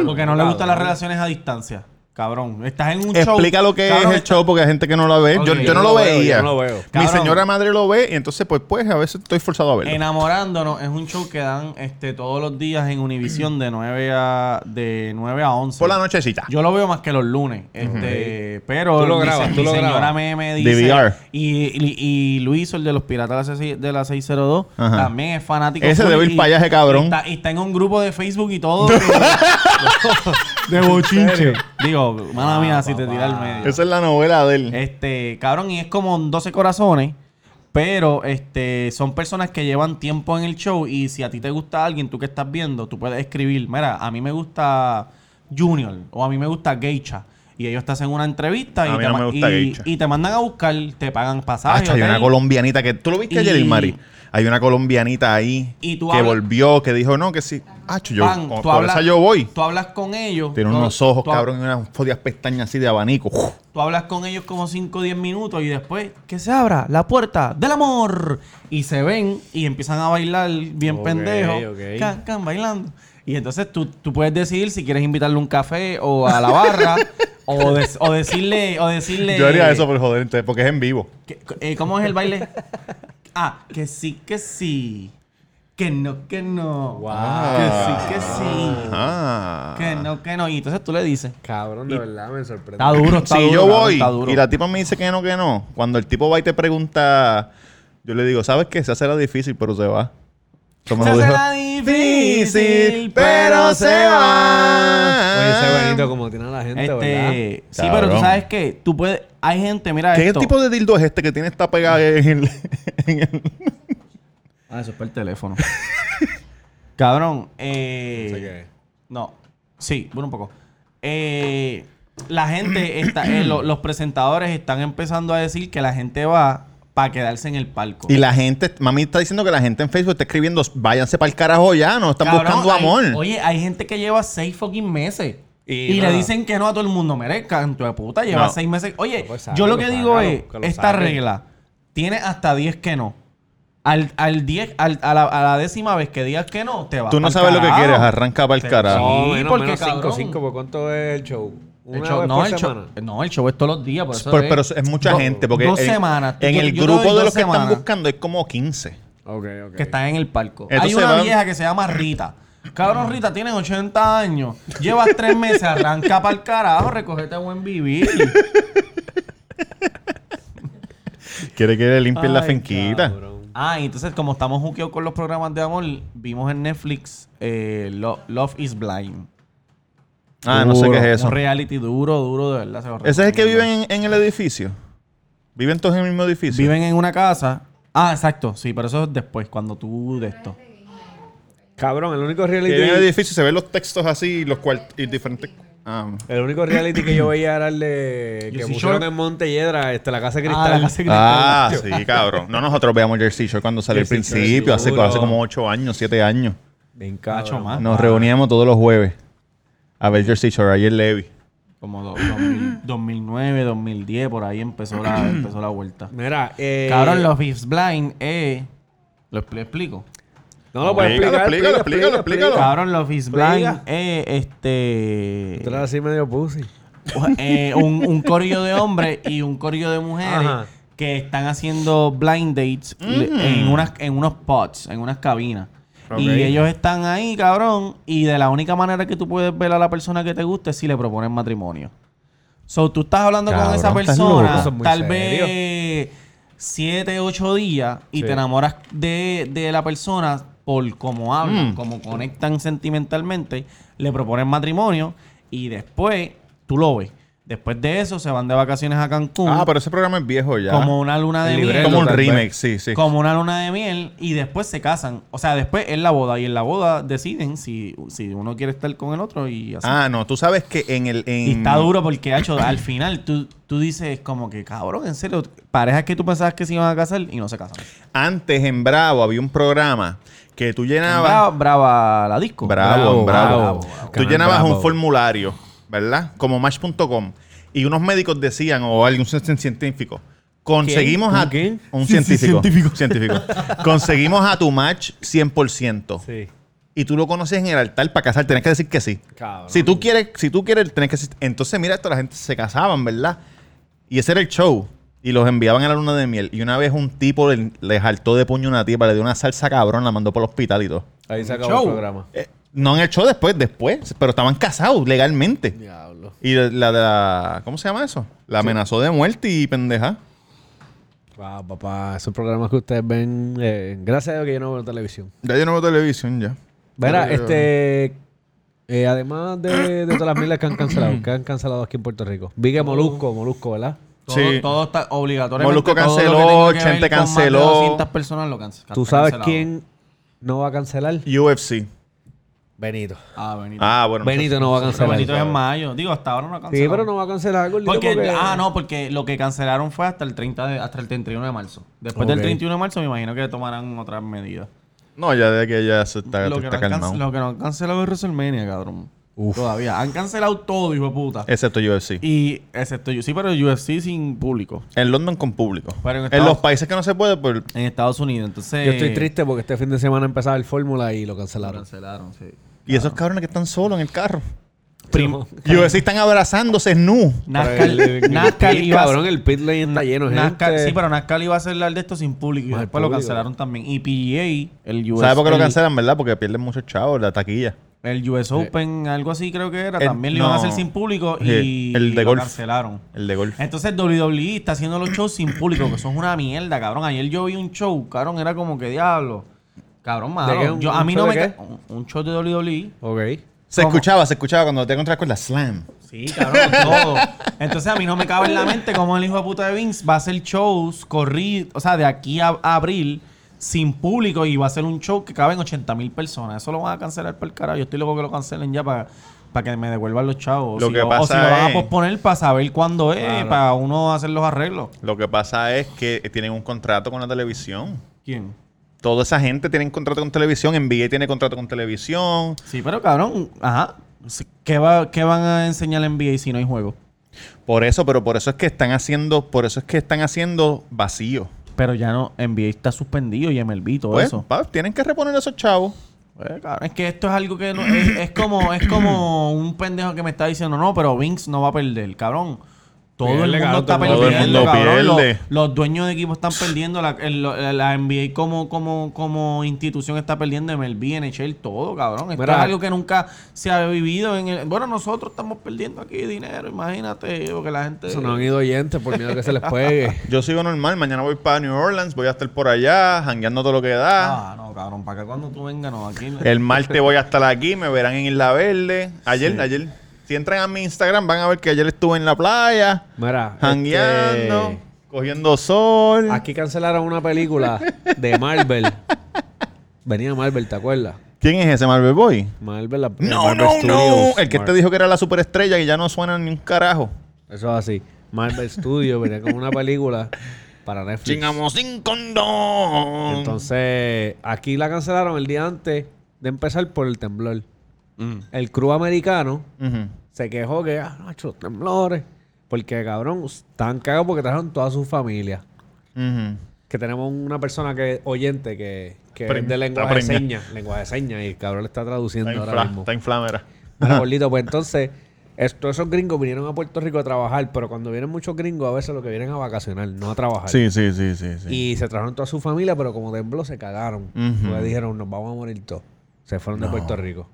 porque no le gustan las relaciones a distancia. Cabrón, estás en un show. Explica lo que Cabrón, es el estás- show porque hay gente que no lo ve. Ok, yo, yo yo no no lo lo veo, veía. yo no lo veo. Mi Cabrón. señora madre lo ve y entonces pues pues a veces estoy forzado a verlo. Enamorándonos es un show que dan este todos los días en Univisión de 9 a de 9 a 11. Por la nochecita. Yo lo veo más que los lunes. Este, Pero Tú lo mi se- grabas, mi, tú lo señora grabas. me, me dice. DVR. Y, y, y Luis, el de los piratas de la seis- de la 602, Ajá. también es fanático. Ese full debe ir y- pa' allá, ese cabrón. Y está, y está en un grupo de Facebook y todo. de, de bochinche. Digo, mala mía, si te tira el medio. Esa es la novela de él. Este, cabrón, y es como 12 corazones. Pero este son personas que llevan tiempo en el show y si a ti te gusta alguien, tú que estás viendo, tú puedes escribir, mira, a mí me gusta Junior o a mí me gusta Geisha. Y ellos te hacen una entrevista y, A mí te, no ma- me gusta y- Geisha. y te mandan a buscar, te pagan Ah, pasaje. hay una hotel. colombianita que tú lo viste ayer, Y- Ilmari. Hay una colombianita ahí Y tú que hablas- volvió, que dijo no, que sí. Ah, yo Pan, con- tú por hablas- esa yo voy. Tú hablas con ellos. Tiene tú- unos ojos, tú hab- cabrón, y unas jodidas pestañas así de abanico. Uf. Tú hablas con ellos como 5 o 10 minutos y después que se abra la puerta del amor. Y se ven y empiezan a bailar bien Ok, pendejo. ok. Can, can, bailando. Y entonces tú, tú puedes decidir si quieres invitarle un café o a la barra. o, des- o decirle, o decirle. Yo haría eso por joder, entonces, porque es en vivo. que- eh, ¿Cómo es el baile? ah, que sí, que sí. Que no, que no. Wow. Que sí, que sí. Ah. Que no, que no. Y entonces tú le dices. Cabrón, de verdad me sorprende. Está duro, está si duro. yo cabrón, voy está duro. y la tipa me dice que no, que no, cuando el tipo va y te pregunta, yo le digo, ¿sabes qué? Se hace la difícil, pero se va. Eso me Se lo hace dijo. la difícil, Oye, ese Ah. bonito como tiene a la gente, ¿verdad? Este, sí, Cabrón. pero tú sabes que tú puedes. Hay gente, mira ¿Qué esto. tipo de dildo es este que tiene esta pegada en el, en el- Ah, eso es para el teléfono. Cabrón, eh. No sé qué es. No. Sí, bueno, un poco. Eh, la gente está. eh, lo- los presentadores están empezando a decir que la gente va para quedarse en el palco. Y la gente, mami está diciendo que la gente en Facebook está escribiendo, váyanse para el carajo ya, no están Cabrón, buscando hay- amor. Oye, hay gente que lleva seis fucking meses. Y Y, nada. le dicen que no a todo el mundo. Mire, canto de puta, lleva No. seis meses. Oye, Pues sácalo, yo lo que digo sácalo, es, que lo esta saquen. regla. Tienes hasta 10 que no. Al, al 10, al- a, la, a la décima vez que digas que no, te vas Tú no pa'l sabes lo que carajo. quieres, arranca para el Sí. carajo. No, Sí, menos, porque, menos cinco, cabrón. cinco, ¿por ¿cuánto es el show? El Una show- vez no, por el show, semana. no, el show es todos los días. por eso Pero, es- Pues, pero es mucha do- gente, porque dos en, semanas. Tú- en yo- el yo te grupo doy de dos los que están semanas buscando hay como 15. Ok, ok. que están en el palco. Hay Entonces una van- vieja que se llama Rita. Cabrón, Rita, tienes 80 años. Llevas tres meses, arranca para el carajo, recogete buen vivir. Quiere que le limpien la Ay, finquita. cabrón. Ah, y entonces, como estamos juqueados con los programas de amor, vimos en Netflix eh, Lo- Love is Blind. Ah, no sé qué es eso. Un reality duro, duro, de verdad. se lo Ese es el que recomiendo. viven en, en el edificio. Viven todos en el mismo edificio. Viven en una casa. Ah, exacto, sí, pero eso es después, cuando tú de esto. Cabrón, el único Que viven en el reality... edificio y se ven los textos así, los cual y diferentes. Ah, El único reality que yo veía era el de... Yo Que soy pusieron short. en Montelledra, este, la Casa de Ah, Cristal. la casa de Ah, sí, cabrón. No, nosotros veamos Jersey Shore cuando salió al Jersey Shore, Ah. principio, hace, seguro. hace como 8 años, 7 años. Bien Nacho, cabrón. más. Nos reuníamos todos los jueves a ver Jersey Shore. Ayer Levi. Como do- 2000 2009, 2010, por ahí empezó la, empezó la vuelta. Mira, eh... Cabrón, los Beefs Blind, eh. Lo expl- explico. No lo puedes Explícalo, explicar. explícalo, explícalo, explícalo. Cabrón, los Beefs Explica. Blind, eh, Tú eras este. así medio pussy. eh, un, un corillo de hombres y un corillo de mujeres Ajá. que están haciendo blind dates le- en, Mm. unas, en unos pods, en unas cabinas. Ok. Y ellos están ahí, cabrón, y de la única manera que tú puedes ver a la persona que te gusta es si le proponen matrimonio. So, tú estás hablando con Cabrón, esa estás persona, loco. Eso es muy tal serio. vez siete, ocho días, y Sí. te enamoras de, de la persona por cómo hablan, Mm. cómo conectan sentimentalmente, le proponen matrimonio, y después tú lo ves. Después de eso se van de vacaciones a Cancún, Ah, pero ese programa es viejo ya. como una luna de El miel. libreto, Como un tal vez. remake, sí, sí. Como una luna de miel y después se casan. O sea, después es la boda y en la boda deciden si, si uno quiere estar con el otro y así. Ah, mm. no, tú sabes que en el. En... Y está duro porque, hecho al final tú, tú dices como que, cabrón, en serio, parejas que tú pensabas que se iban a casar y no se casan. Antes en Bravo había un programa que tú llenabas. Brava, brava la disco. Bravo, bravo. Bravo, bravo, Tú Canal llenabas Bravo. un formulario, ¿verdad? Como match.com. Y unos médicos decían, o algún cien- científico, conseguimos ¿Un a quién? un Sí, sí, científico, científico. Conseguimos a tu match 100%. Sí. Y tú lo conoces en el altar para casar, tenés que decir que sí. Cabrón. Si tú quieres, si tú quieres, tenés que decir, entonces mira esto, la gente se casaban, ¿verdad? Y ese era el show. Y los enviaban a la luna de miel. Y una vez un tipo le, le jaltó de puño una tipa, le dio una salsa cabrón, la mandó por el hospital y todo. Ahí se acabó Show. el programa. Eh, no han hecho después, después, pero estaban casados legalmente. Diablo. Y la, la- la- ¿Cómo se llama eso? La amenazó de muerte y pendeja. Wow, papá, esos programas que ustedes ven, eh, gracias a Dios que yo no veo televisión. Ya yo no veo televisión ya. Verá, Pero- este, eh, además de, de todas las miles que han cancelado, que han cancelado aquí en Puerto Rico. Vi que Oh. Molusco, Molusco, ¿verdad? Todo, Sí. todo está obligatorio. Molusco canceló, Chente canceló. 200 personas lo canc- ¿Tú está sabes cancelado. quién no va a cancelar? UFC. Benito. Ah, Benito. Ah, bueno. no sé. Benito no va a Pero cancelar. Benito es en mayo. Digo, hasta ahora no ha cancelado. Sí, pero no va a cancelar, gordito, Porque, porque... ah, no, porque lo que cancelaron fue hasta el 30 de- hasta el 31 de marzo. Después del Ok. 31 de marzo me imagino que tomarán otras medidas. No, ya de que ya se está, Lo que, está no han cance- calmado. lo que no han cancelado es WrestleMania, cabrón. Todavía. Han cancelado todo, hijo de puta. Excepto UFC. Y excepto yo, sí, pero UFC sin público. En London con público. Pero en en Estados- los países que no se puede, pues. En Estados Unidos. Entonces. Yo estoy triste porque este fin de semana empezaba el Fórmula y lo Lo cancelaron. cancelaron, sí. Y Ah. esos cabrones que están solos en el carro. Prim- UFC están abrazándose nu. NASCAR, El- el- el NASCAR pit, iba a- cabrón, el pit lane está lleno de NASCAR- gente. sí, pero NASCAR iba a hacer la de esto sin público. Y Más el después lo público. cancelaron también. Y PGA, el US, ¿Sabes por qué lo el- cancelan, verdad? Porque pierden muchos chavos, la taquilla. El US Open, algo así creo que era. El- también lo iban a hacer no. sin público Sí, y el de lo golf. cancelaron. El de golf. Entonces WWE está haciendo los shows sin público, que son una mierda, cabrón. Ayer yo vi un show, cabrón, era como que diablo. Cabrón, malo. qué? ¿Un- Yo, a un mí show no me... de ca- qué? Un, un show de E, WWE. Ok. Se ¿Cómo? escuchaba, se escuchaba cuando te encontrabas con la slam. Sí, cabrón, todo. Entonces a mí no me cabe en la mente cómo el hijo de puta de Vince va a hacer shows corridos, o sea, de aquí a, a abril sin público y va a ser un show que caben 80 mil personas. Eso lo van a cancelar por el carajo. Yo estoy loco que lo cancelen ya para que me devuelvan los chavos. O Lo si que lo- o si pasa lo van es- a posponer para saber cuándo es, Claro. para uno hacer los arreglos. Lo que pasa es que eh, tienen un contrato con la televisión. ¿Quién? Toda esa gente tiene contrato con televisión, NBA tiene contrato con televisión. Sí, pero cabrón, ajá. Sí, ¿Qué, va, ¿Qué van a enseñar en NBA si no hay juego? Por eso, pero por eso es que están haciendo, por eso es que están haciendo vacío. Pero ya no, NBA está suspendido y MLB y todo Pues, eso. pa, tienen que reponer a esos chavos. Pues, cabrón, es que esto es algo que no- es, es como es como un pendejo que me está diciendo, no, pero Vince no va a perder, cabrón. Todo Pierde, el mundo cabrón, está todo el mundo perdiendo, pierde. cabrón. Los, los dueños de equipos están perdiendo, la, el- la- la NBA como, como, como institución está perdiendo, MLB, NHL, todo, cabrón. Esto Mira. es algo que nunca se ha vivido. En el- bueno, nosotros estamos perdiendo aquí dinero, imagínate, porque la gente... Eso no han ido oyentes por miedo que se les pegue. Yo sigo normal, mañana voy para New Orleans, voy a estar por allá, jangueando todo lo que da. Ah, no, cabrón, para acá cuando tú vengas, no, aquí... El martes voy a estar aquí, me verán en Isla Verde. Ayer, ayer, si entran a mi Instagram van a ver que ayer estuve en la playa, Mira, Este, jangueando, este, cogiendo sol. aquí cancelaron una película de Marvel. Venía Marvel, ¿te acuerdas? ¿Quién es ese Marvel Boy? Marvel, la, No, Marvel no, no. Studios. El que te Mar- dijo que era la superestrella y ya no suena ni un carajo. Eso es así. Marvel Studios venía con una película para Netflix. sin condón. Entonces, aquí la cancelaron el día antes de empezar por el temblor. Mm. El crew americano Ujú. se quejó que, ah, macho, los temblores. Porque, cabrón, están cagados porque trajeron toda su familia. Ujú. Que tenemos una persona que oyente que, que Pre- es de lenguaje está de preña. señas. Lenguaje de señas. Y el cabrón le está traduciendo Está, ahora infla- mismo. está inflamera. Mira, gordito, pues entonces, es- todos esos gringos vinieron a Puerto Rico a trabajar. Pero cuando vienen muchos gringos, a veces lo que vienen a vacacionar, no a trabajar. Sí, sí, sí, sí. sí. Y se trajeron toda su familia, pero como tembló, se cagaron. Ujú. Entonces dijeron, nos vamos a morir todos. Se fueron de No. Puerto Rico.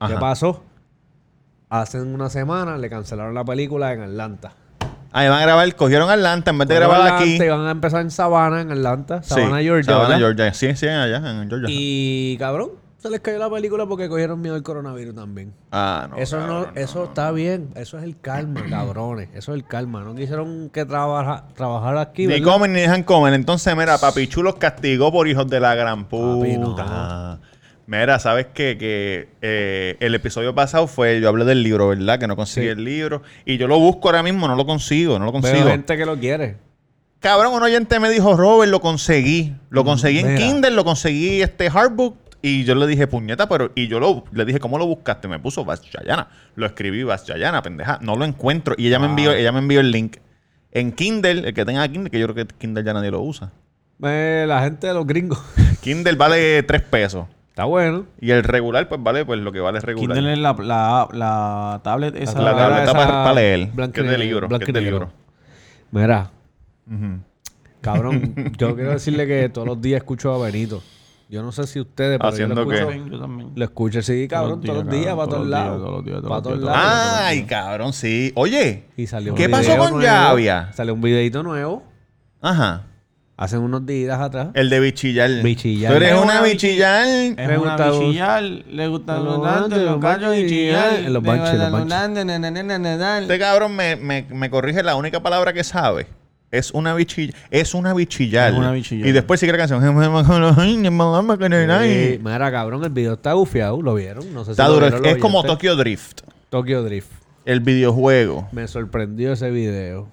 Ajá. ¿Qué pasó? Hace una semana le cancelaron la película en Atlanta. Ahí Ah, van a grabar, cogieron Atlanta en vez de Fueron a grabar Atlanta aquí. Y van a empezar en Savannah, en Atlanta. Savannah, sí, Georgia. Savannah, ¿verdad? Georgia. Sí, sí, allá en Georgia. Y cabrón, se les cayó la película porque cogieron miedo al coronavirus también. Ah, no. eso cabrón, no, eso está bien. Eso es el calma, cabrones. Eso es el calma. No quisieron que trabaja, trabajar aquí. Ni ¿verdad? comen ni dejan comer. Entonces, mira, Papi Chu los castigó por hijos de la gran Papi, no. puta. Mira, sabes qué? que eh, el episodio pasado fue, yo hablé del libro, ¿verdad? Que no conseguí Sí. el libro. Y yo lo busco ahora mismo, no lo consigo, no lo Veo consigo. gente que lo quiere. Cabrón, un oyente me dijo, Robert, lo conseguí. Lo conseguí en mira. Kindle, lo conseguí este hardbook. Y yo le dije, puñeta, pero. Y yo lo, le dije, ¿cómo lo buscaste? Me puso Vachayana. Lo escribí Vachayana, pendeja. No lo encuentro. Y ella me envió, ella me envió el link. En Kindle, el que tenga Kindle, que yo creo que Kindle ya nadie lo usa. Eh, la gente de los gringos. Kindle vale 3 pesos. Está bueno. Y el regular, pues vale, pues lo que vale es regular. Kindle es la, la, la tablet esa... la tablet tableta esa para, para leer. blanca Que es y de negro, libro. blanca que es y de negro. libro. Mira, Ujú. cabrón, yo quiero decirle que todos los días escucho a Benito. Yo no sé si ustedes, pero ¿Haciendo yo lo qué? escucho, Yo también. lo escucho sí, cabrón, todos los días, cabrón, para todos todos los días, lados. todos los días, todos Para los todos días, lados. Ay, cabrón, sí. Oye. Y salió un ¿Qué pasó video con nuevo. Llavia? Salió un videito nuevo Ajá. hace unos días atrás. El de bichillar. Bichillar. Tú eres Es una una bichillar. Es Le una gusta- bichillar, le gustan Los los dantes, dantes, los los gallos y banches, chillar. los banches, los banches. Este cabrón me, me, me corrige la única palabra que sabe. Es una bichilla, es una bichillar. Es una bichillar. Y después sigue la canción. Eh, Está mira, cabrón, el video está gufiado, ¿lo vieron? No sé si lo duro. vieron los Es como oyentes. Tokyo Drift, Tokyo Drift. el videojuego. Me sorprendió ese video.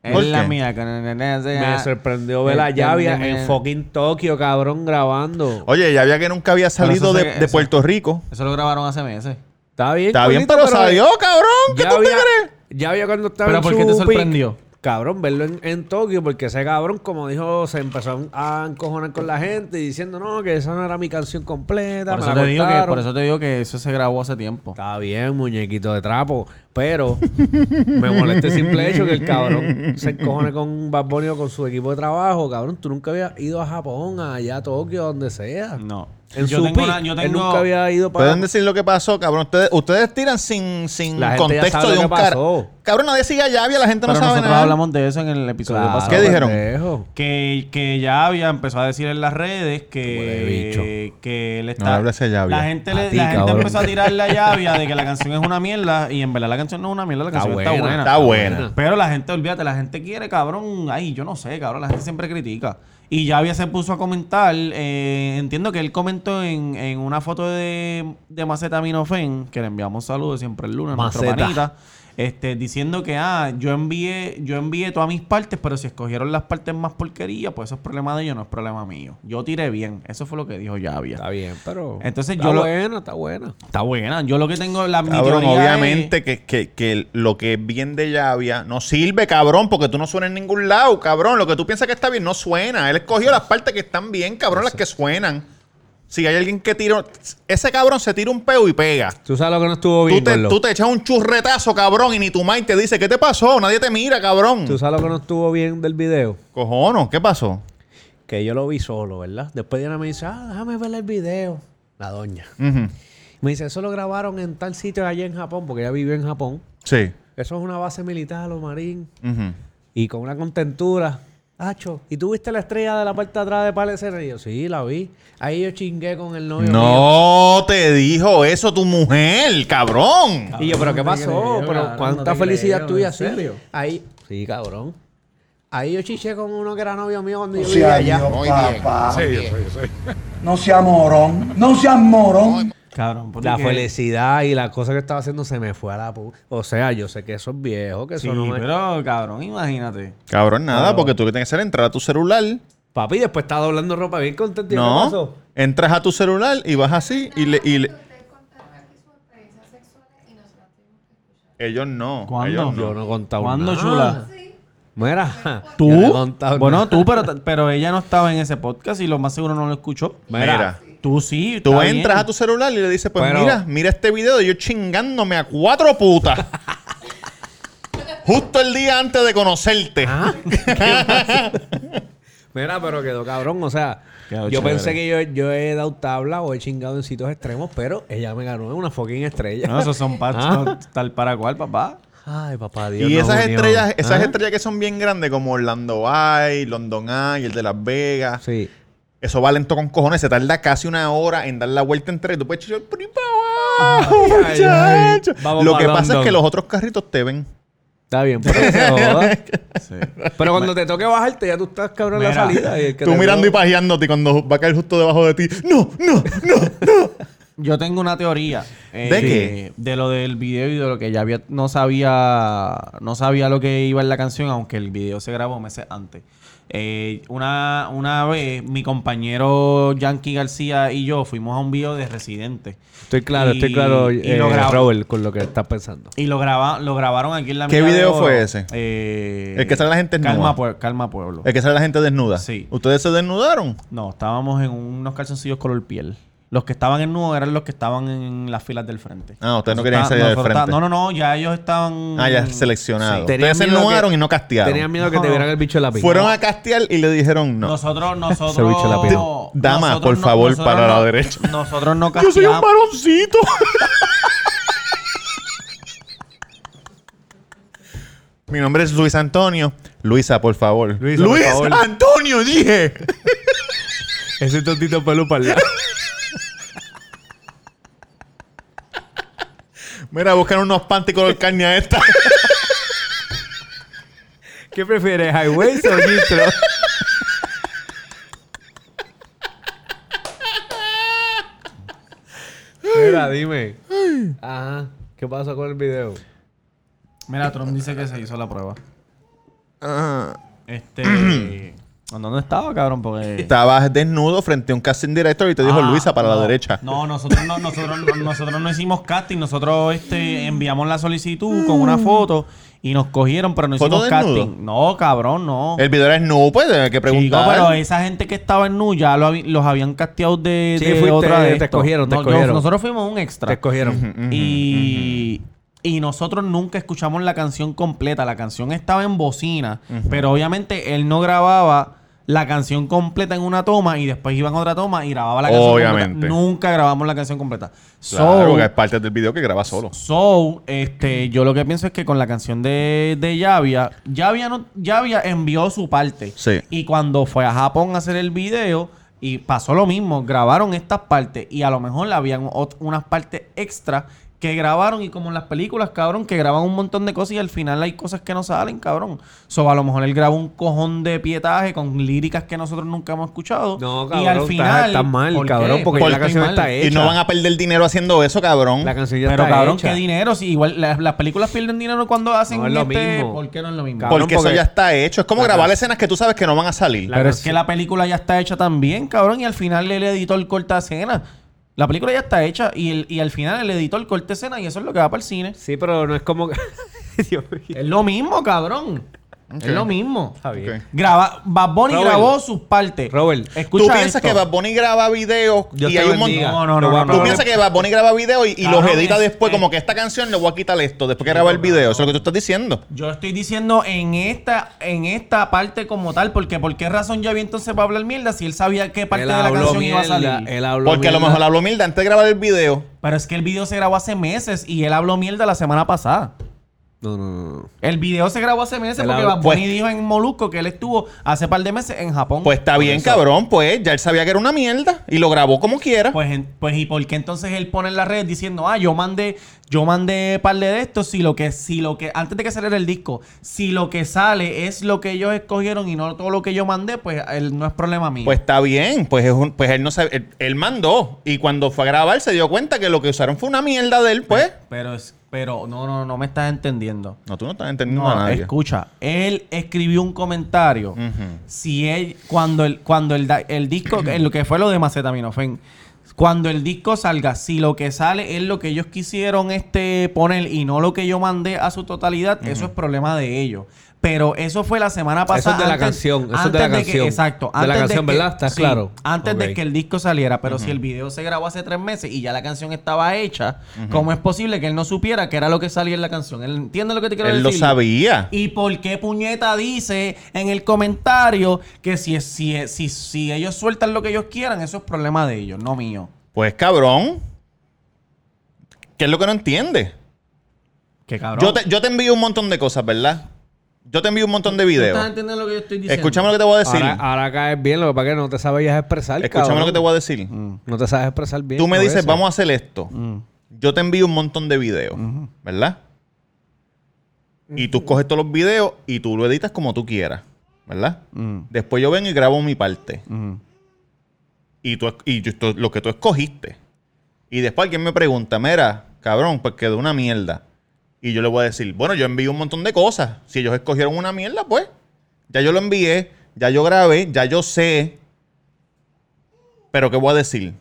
¿Por Es la qué? mía. que na, na, na, sea- Me sorprendió ver a Llavia en fucking Tokio, cabrón, grabando. Oye, ya había que nunca había salido eso de, sé que- de eso- Puerto Rico. Eso lo grabaron hace meses. Está bien, Está bien, Carlito, pero salió, cabrón. ¿Qué ya tú te había- crees? Ya había cuando estaba ¿Pero en por qué te su sorprendió? peak, Cabrón, verlo en, en Tokio, porque ese cabrón, como dijo, se empezó a encojonar con la gente y diciendo, no, que esa no era mi canción completa. Por me eso, la te digo que, cortaron". por eso te digo que eso se grabó hace tiempo. Está bien, muñequito de trapo, pero me molesta el simple hecho que el cabrón se encojone con Bad Bunny o con su equipo de trabajo. Cabrón, tú nunca habías ido a Japón, allá a Tokio, donde sea. No. En yo su tengo peak, una- yo él tengo- nunca había ido para... Pueden decir lo que pasó, cabrón. Ustedes, ustedes tiran sin, sin La gente ya contexto sabe de lo un que cara. pasó. Cabrón, nadie sigue a Llavia, la gente Pero no sabe nosotros nada. hablamos de eso en el episodio Claro, pasado. ¿Qué dijeron? pendejo. Que, que ya había empezado a decir en las redes Huele que, bicho. que No él le está. hables a Llavia. la gente, A le- ti, la gente cabrón. empezó a tirar la llave de que la canción es una mierda. Y en verdad la canción no es una mierda, la Está canción buena, Está buena. Pero la gente, olvídate, la gente quiere, cabrón. Ay, yo no sé, cabrón. La gente siempre critica. Y Javier se puso a comentar. eh, entiendo que él comentó en, en una foto de, de Maceta Minofen, que le enviamos saludos siempre el lunes, a nuestro Maceta. panita. este, diciendo que, ah, yo envié, yo envié todas mis partes, pero si escogieron las partes más porquería, pues eso es problema de ellos, no es problema mío. Yo tiré bien. Eso fue lo que dijo Javier. Está bien, pero. Entonces está yo lo- buena, está buena. Está buena. Yo lo que tengo, la mi Cabrón, teoría obviamente es- que, que- que lo que es bien de llavia no sirve, cabrón, porque tú no suenas en ningún lado, cabrón. Lo que tú piensas que está bien no suena. Él escogió las partes que están bien, cabrón, las que suenan. Si hay alguien que tira... Ese cabrón se tira un peo y pega. Tú sabes lo que no estuvo Tú bien. te, Gorlo? tú te echas un churretazo, cabrón, y ni tu mind te dice, ¿qué te pasó? Nadie te mira, cabrón. Tú sabes lo que no estuvo bien del video. Cojono, ¿qué pasó? Que yo lo vi solo, ¿verdad? Después Diana me dice, ah, déjame ver el video. La doña. Ujú. Me dice, eso lo grabaron en tal sitio allá en Japón, porque ella vivió en Japón. Sí. Eso es una base militar, los marines. Ujú. Y con una contentura. Hacho, ¿y tú viste la estrella de la parte de atrás de Palecera? Y yo, sí, la vi. Ahí yo chingué con el novio. mío". No te dijo eso tu mujer, cabrón. Y yo, pero ¿qué no te pasó? creo, pero cabrón, cuánta no te felicidad creo, tuya, ¿en sí. serio? Ahí, sí, cabrón. Ahí yo chiché con uno que era novio mío cuando yo No vivía sea allá. idiota, papá. No sea morón. No sea morón. Cabrón, porque- La felicidad y la cosa que estaba haciendo se me fue a la pu- O sea, yo sé que eso es viejo, que Sí, eso no me- pero cabrón, imagínate. Cabrón, nada, porque tú lo que tienes que hacer es entrar a tu celular... Papi, después estaba doblando ropa bien contento. ¿y qué No, pasó? entras a tu celular y vas así y le... Y le- Ustedes contaron aquí sus experiencias sexuales y nosotros tuvimos que escuchar. Ellos no. ¿Cuándo? ellos no. Yo no he contado ¿Cuándo, nada. chula? Sí, Mira. ¿Tú? yo no he contado Bueno, nada. tú, pero, pero ella no estaba en ese podcast y lo más seguro no lo escuchó. Mira, Tú sí. tú está bien. entras a tu celular y le dices, pues Pero- mira, mira este video de yo chingándome a cuatro putas. Justo el día antes de conocerte. Ah, Mira, pero quedó cabrón. O sea, Quedó yo chévere. pensé que yo, yo he dado tabla o he chingado en sitios extremos, pero ella me ganó en una fucking estrella. No, esos son pa- Ah. no, tal para cual, papá. Ay, papá Dios. Y nos esas unió. estrellas, esas ¿Ah? estrellas que son bien grandes, como Orlando Eye, London Eye, el de Las Vegas, Sí. eso va lento con cojones, se tarda casi una hora en dar la vuelta entera y tú puedes chillar por ahí para abajo, Ay, ay, ay. muchacho. Vamos Lo pa' que pasa es London. que los otros carritos te ven. Está bien, pero que se joda. Sí. Pero cuando te toque bajarte, ya tú estás cabrón en la Mira, salida. y el que Tú te mirando y vio- pajeándote y cuando va a caer justo debajo de ti. No, no, no. Yo tengo una teoría. eh, ¿De qué? De lo del video y de lo que ya había, no sabía, no sabía lo que iba en la canción, aunque el video se grabó meses antes. Eh, una, una vez, mi compañero Yankee García y yo fuimos a un video de Residente. Estoy claro, Y- estoy claro, y eh, lo grabo. Robert, con lo que estás pensando. Y lo, graba, lo grabaron aquí en la ¿Qué Milla de video Oro. fue ese? Eh, El que sale la gente desnuda. calma, Pue- calma Pueblo. Es que sale la gente desnuda. Sí. ¿Ustedes se desnudaron? No, estábamos en unos calzoncillos color piel. Los que estaban en nudo eran los que estaban en las filas del frente. Ah, ustedes no Nosotros querían está- salir del nosotros está- frente. No, no, no, ya ellos estaban. Ah, ya seleccionado. Sí. Ustedes se Tenían miedo desnudaron que- y no castearon. Tenías miedo que No, te no. vieran el bicho de la pinga. Fueron a castear y le dijeron no. Nosotros, nosotros. Ese bicho la pila. Dama, nosotros por favor, nosotros para la no- derecha. Nosotros no Yo soy un casteamos. varoncito. Mi nombre es Luis Antonio. Luisa, por favor. Luisa, por Luis favor. Antonio, dije. Ese tontito pelo para Mira, buscan unos panty color carne a esta. ¿Qué prefieres, Highways o Nitro? Mira, dime. Ajá. ¿Qué pasa con el video? Mira, Trump dice que se hizo la prueba. Ah. Este. ¿en ¿Dónde estaba, cabrón? Porque. Estabas desnudo frente a un casting director y te dijo Ah, Luisa para no. la derecha. No, nosotros no, nosotros, no- nosotros no hicimos casting, nosotros este, enviamos la solicitud con una foto y nos cogieron, pero no ¿Foto hicimos desnudo? casting. No, cabrón, no. El video era snoop, pues, hay que Chico, preguntar. pero esa gente que estaba en Nu ya lo habi- los habían casteado de, Sí, de fuiste, otra de te esto. escogieron, te No, yo- escogieron. nosotros fuimos un Te extra. escogieron. y, y nosotros nunca escuchamos la canción completa. La canción estaba en bocina, pero obviamente él no grababa la canción completa en una toma y después iba en otra toma y grababa la canción Obviamente. completa. Nunca grabamos la canción completa. Claro, So, porque es parte del video que graba solo. So, este, yo lo que pienso es que con la canción de, de Yavia, Yavia, no, Yavia envió su parte. Sí. Y cuando fue a Japón a hacer el video, y pasó lo mismo, grabaron estas partes y a lo mejor le habían ot- unas partes extra que grabaron y como en las películas, cabrón, que graban un montón de cosas y al final hay cosas que no salen, cabrón. So, a lo mejor él grabó un cojón de pietaje con líricas que nosotros nunca hemos escuchado. No, y cabrón, al está- final. está mal, cabrón, porque Pues ya la estoy canción está Y no hecha. van a perder dinero haciendo eso, cabrón. La canción ya Pero está cabrón, hecha. qué dinero. Si igual las, las películas pierden dinero cuando hacen este, No es lo mismo. ¿Por qué no es lo mismo? Cabrón, porque, porque- eso ya está hecho. Es como La grabar can- escenas que tú sabes que no van a salir. La- Pero es que canción- la película ya está hecha también, cabrón. Y al final el editor corta escena. La película ya está hecha y, el- y al final el editor corta escena y eso es lo que va para el cine. Sí, pero no es como que... Dios mío. Es lo mismo, cabrón. Ok. Es lo mismo. Está bien. Ok. Graba, Bad Bunny Robert. grabó sus partes. Robert, Tú escucha piensas esto. que Bad Bunny graba videos Dios y te hay un montón. bendiga. No, no, no, Te voy no, a Tú no, no. probar- piensas que Bad Bunny graba videos y, y los Cabrón, edita es- después, es- como que esta canción le voy a quitar esto, después que graba el video. Eso es lo que tú estás diciendo. Yo estoy diciendo en esta, en esta parte como tal, porque ¿por qué razón yo había entonces para hablar mierda si él sabía qué parte Él de la habló canción iba a mierda, salir? él habló Porque a lo mierda. mejor habló humilde antes de grabar el video. Pero es que el video se grabó hace meses y él habló mierda la semana pasada. No, no, no, no. El video se grabó hace meses Él porque habló- Bad Bunny pues- dijo en Molusco que él estuvo hace par de meses en Japón. Pues está Por bien, eso. cabrón. Pues ya él sabía que era una mierda y lo grabó como quiera. Pues, en- pues y por qué entonces él pone en las redes diciendo, ah, yo mandé, yo mandé par de estos, si lo que, si lo que, antes de que saliera el disco, si lo que sale es lo que ellos escogieron y no todo lo que yo mandé, pues él no es problema mío. Pues está bien, pues, es un- pues él no sabe, él, él mandó y cuando fue a grabar se dio cuenta que lo que usaron fue una mierda de él, pues. pero es, pero no, no, no me estás entendiendo. No, tú no estás entendiendo a No, nadie. escucha, él escribió un comentario. Si él, cuando el, cuando el, da- el disco, en lo que fue lo de Macetaminofen, cuando el disco salga, si lo que sale es lo que ellos quisieron este poner y no lo que yo mandé a su totalidad, eso es problema de ellos. Pero eso fue la semana pasada. de la canción, eso es de la antes que- canción. exacto. De la canción, que- ¿verdad? Está claro. Antes Ok. de que el disco saliera, pero si el video se grabó hace tres meses y ya la canción estaba hecha, ¿cómo es posible que él no supiera que era lo que salía en la canción? ¿Él entiende lo que te quiero Él decir? lo sabía. ¿Y por qué puñeta dice en el comentario que si, es- si, es- si, si ellos sueltan lo que ellos quieran, eso es problema de ellos, no mío? Pues cabrón. ¿Qué es lo que no entiende? Qué cabrón. Yo te, yo te envío un montón de cosas, ¿verdad? Yo te envío un montón de ¿Tú estás videos. entendiendo lo que yo estoy diciendo? Escúchame lo que te voy a decir. Ahora, ahora caes bien, lo que pasa es que no te sabes expresar, Escúchame lo que te voy a decir. No te sabes expresar bien. Tú me por dices, eso. Mm. vamos a hacer esto. Yo te envío un montón de videos, ¿verdad? Y tú coges todos los videos y tú lo editas como tú quieras, ¿verdad? Mm. Después yo vengo y grabo mi parte. Y, tú, y yo- esto- lo que tú escogiste. Y después alguien me pregunta, mira, cabrón, pues quedó una mierda. Y yo le voy a decir, bueno, yo envío un montón de cosas. Si ellos escogieron una mierda, pues ya yo lo envié, ya yo grabé, ya yo sé. Pero ¿qué voy a decir?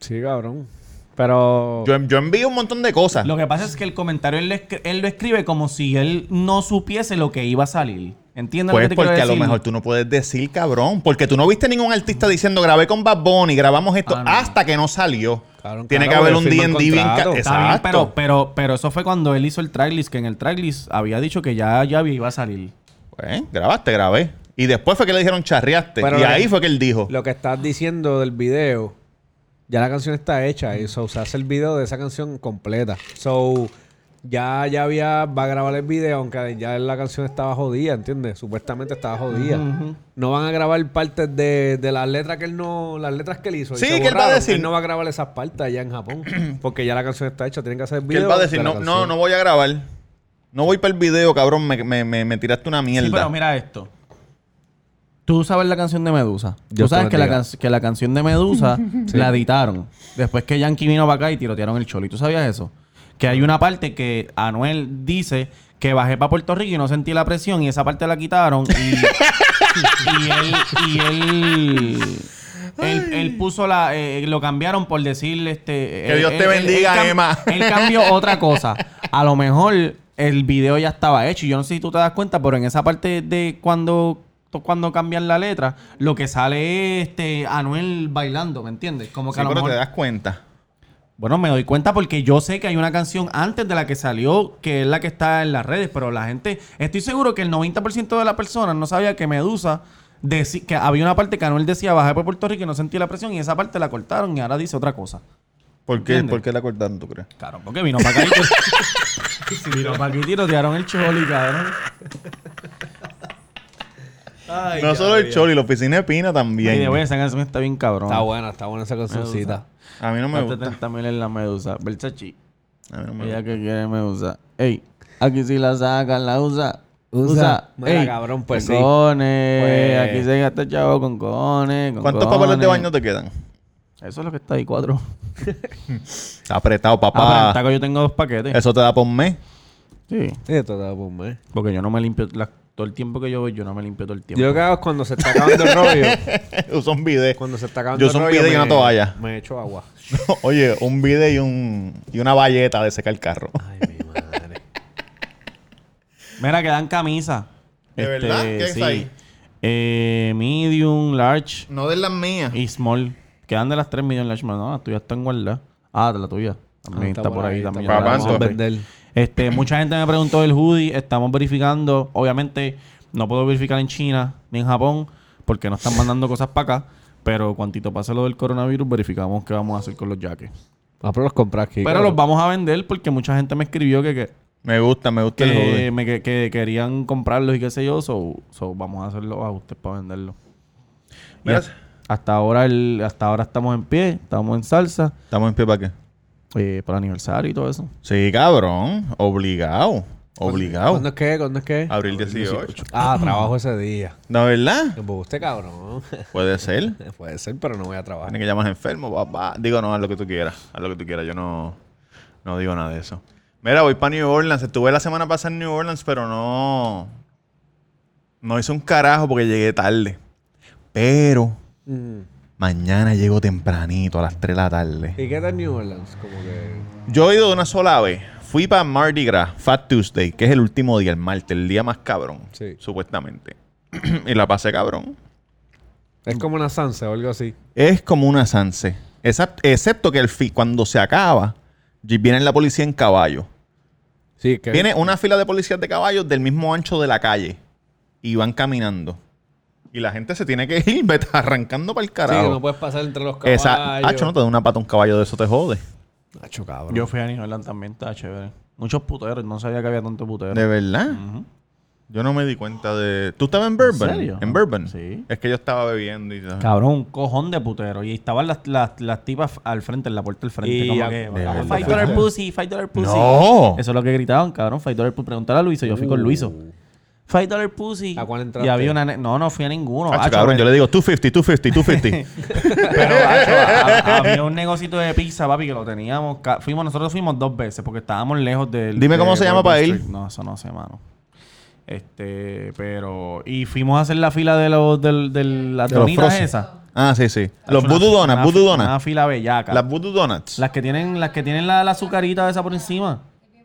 Sí, cabrón. Pero... Yo, yo envío un montón de cosas. Lo que pasa es que el comentario él lo, escri- él lo escribe como si él no supiese lo que iba a salir. ¿Entiendes Pues lo que te quiero porque a lo decir? mejor tú no puedes decir, cabrón. Porque tú no viste ningún artista diciendo, grabé con Bad Bunny, grabamos esto, Ah, no. hasta que no salió. Claro, Tiene claro, que haber porque un D&D firman bien... ca- contrato. Está bien, Exacto. pero, pero, pero eso fue cuando él hizo el tracklist, que en el tracklist había dicho que ya, ya iba a salir. Pues, grabaste, grabé. Y después fue que le dijeron, charreaste. Pero y lo ahí que- fue que él dijo. Lo que estás diciendo del video, ya la canción está hecha. Y so, se hace el video de esa canción completa. So, ya, ya había, va a grabar el video, aunque ya la canción estaba jodida, ¿entiendes? Supuestamente estaba jodida. No van a grabar partes de, de las letras que él no, las letras que él hizo. y Sí, se que él va a borraron. decir- Él no va a grabar esas partes allá en Japón. Porque ya la canción está hecha, tienen que hacer el que video. él va a decir, de la no, no, canción. no voy a grabar. No voy para el video, cabrón. Me, me- me- me tiraste una mierda. Sí, pero mira esto. Tú sabes la canción de Medusa. Dios tú sabes te que la, bendiga. can- que la canción de Medusa la editaron. Después que Yankee vino para acá y tirotearon el choli. ¿Tú sabías eso? Que hay una parte que Anuel dice que bajé para Puerto Rico y no sentí la presión y esa parte la quitaron. Y, y él... Y él él, él puso la... eh, lo cambiaron por decir este... Que él- Dios te él- él- él bendiga, cam- Emma. él cambió otra cosa. A lo mejor el video ya estaba hecho. Y yo no sé si tú te das cuenta, pero en esa parte de cuando to- cuando cambian la letra, lo que sale es este Anuel bailando, ¿me entiendes? Como que Sí, a lo pero te mejor- das cuenta. Bueno, me doy cuenta porque yo sé que hay una canción antes de la que salió, que es la que está en las redes, pero la gente, estoy seguro que el 90% de las personas no sabía que Medusa deci- que había una parte que Anuel decía bajé por Puerto Rico y no sentí la presión y esa parte la cortaron y ahora dice otra cosa. ¿Por qué, ¿Entiendes? ¿Por qué la cortaron, tú crees? Claro, porque vino para acá y tiro- Si vino para aquí y tirotearon el choli, cabrón. no solo el Choli, la oficina de Pina también. Y de esa canción está bien cabrón. Está buena, está buena esa cancioncita. A mí no me Antes gusta. de- También es la medusa. Versace. A mí no me Ella que quiere me usa. Ey, aquí si la sacan, la usa. Usa. Mira, Ey, cabrón, pues con sí. cones. Pues- Aquí se gasta chavo con cones. con ¿Cuántos papeles de cones. baño te quedan? Eso es lo que está ahí, cuatro. Está apretado, Ah, papá. pero en taco yo tengo dos paquetes. Eso te da por un mes. Sí. Esto te va a eh. poner. Porque yo no me limpio. la- todo el tiempo que yo voy, yo no me limpio todo el tiempo. Yo lo que hago es cuando se está acabando el rollo. Usa un bidet. Cuando se está acabando Yo el uso un rollo. bidet y me- una toalla. Me echo agua. Oye, un bidet y, un, y una valleta de secar el carro. Ay, mi madre. Mira, que dan camisa. Este, ¿De verdad? ¿Qué es ahí? Eh, medium, large No de las mías. y small. Quedan de las tres medium, large, más. No, la tuya está en guardada. Ah, de la tuya. También está, por ahí. también por ahí. la vamos a Papá, ver. Este, mucha gente me preguntó del hoodie. Estamos verificando. Obviamente, no puedo verificar en China ni en Japón porque no están mandando cosas para acá. Pero cuantito pase lo del coronavirus, verificamos qué vamos a hacer con los jaques. Ah, pero los compras aquí. Pero los vamos a vender porque mucha gente me escribió que, que, Me gusta, me gusta el que, hoodie. me, que- que querían comprarlos y qué sé yo. So, so vamos a hacer los ajustes para venderlos. Y Mira, ha- Hasta ahora, el, hasta ahora estamos en pie, estamos en salsa ¿Estamos en pie para qué? eh, para aniversario y todo eso. Sí, cabrón. Obligado. Obligado. Pues, ¿Cuándo es que? ¿Cuándo es que? Abril 18. Ah, trabajo ese día. ¿No verdad? Embuste, cabrón. Puede ser. Puede ser, pero no voy a trabajar. Tienes que llamas enfermo, papá. Digo, no, haz lo que tú quieras. Haz lo que tú quieras. Yo no, no digo nada de eso. Mira, voy para New Orleans. Estuve la semana pasada en New Orleans, pero no. No hice un carajo porque llegué tarde. Pero Mm. mañana llego tempranito, a las 3 de la tarde. ¿Y qué tal New Orleans? Como que. Yo he ido de una sola vez. Fui para Mardi Gras, Fat Tuesday, que es el último día, el martes, el día más cabrón, Sí. supuestamente. y la pasé cabrón. Es como una sansa o algo así. Es como una Sanse. Esa- Excepto que el fi- cuando se acaba, y viene la policía en caballo. Sí, que. Viene una fila de policías de caballos del mismo ancho de la calle. Y van caminando. Y la gente se tiene que ir vete, arrancando para el Sí, que carajo. no puedes pasar entre los caballos. Esa, Hacho, no te da una pata a un caballo de eso, te jode. Hacho, cabrón. Yo fui a New Orleans también, está chévere. Muchos puteros, no sabía que había tanto puteros. De verdad. Yo no me di cuenta de. ¿Tú estabas en Bourbon? ¿En serio? En Bourbon. Sí. Es que yo estaba bebiendo y. Cabrón, un cojón de putero. Y estaban las, las, las tipas al frente, en la puerta del frente. Y como a- que, de "Ah, verdad. five dollar pussy, five dollar pussy. ¡No! Eso es lo que gritaban, cabrón. Five dollar pussy. Preguntar a Luiso, yo fui con Luiso. Five dollar pussy. Uh. ¿A cuál entraste? Y había una... ne- No, no fui a ninguno. Hacho, Hacho, cabrón, pero- yo le digo 250, 250, 250. Pero, hacho, a- a- había un negocito de pizza, papi, que lo teníamos. ca- Fuimos, nosotros fuimos dos veces porque estábamos lejos del. Dime de cómo se llama Bourbon pa' ir. Street. No, eso no sé, mano. Este, pero. Y fuimos a hacer la fila de los del, del las De los donitas Frosty. esas. ah, sí, sí. Los Una- Voodoo Donuts, una- Voodoo Una Donuts. fila bellaca. Las Voodoo Donuts. Las que tienen, las que tienen la, la azucarita esa por encima.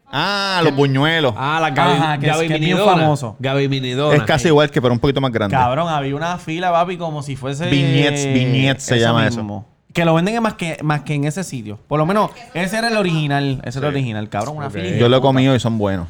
Ah, los buñuelos. Ah, la Gaby, Ajá, que es- Gaby que es bien Minidona. famoso. Gaby Minidona. es casi igual que, pero un poquito más grande. Cabrón, había una fila, papi, como si fuese. Vignettes, vignettes se llama eso. Que lo venden en más que, más que en ese sitio. Por lo menos, ese era el original. Ese era el original, cabrón. Una fila. Yo lo he comido y son buenos.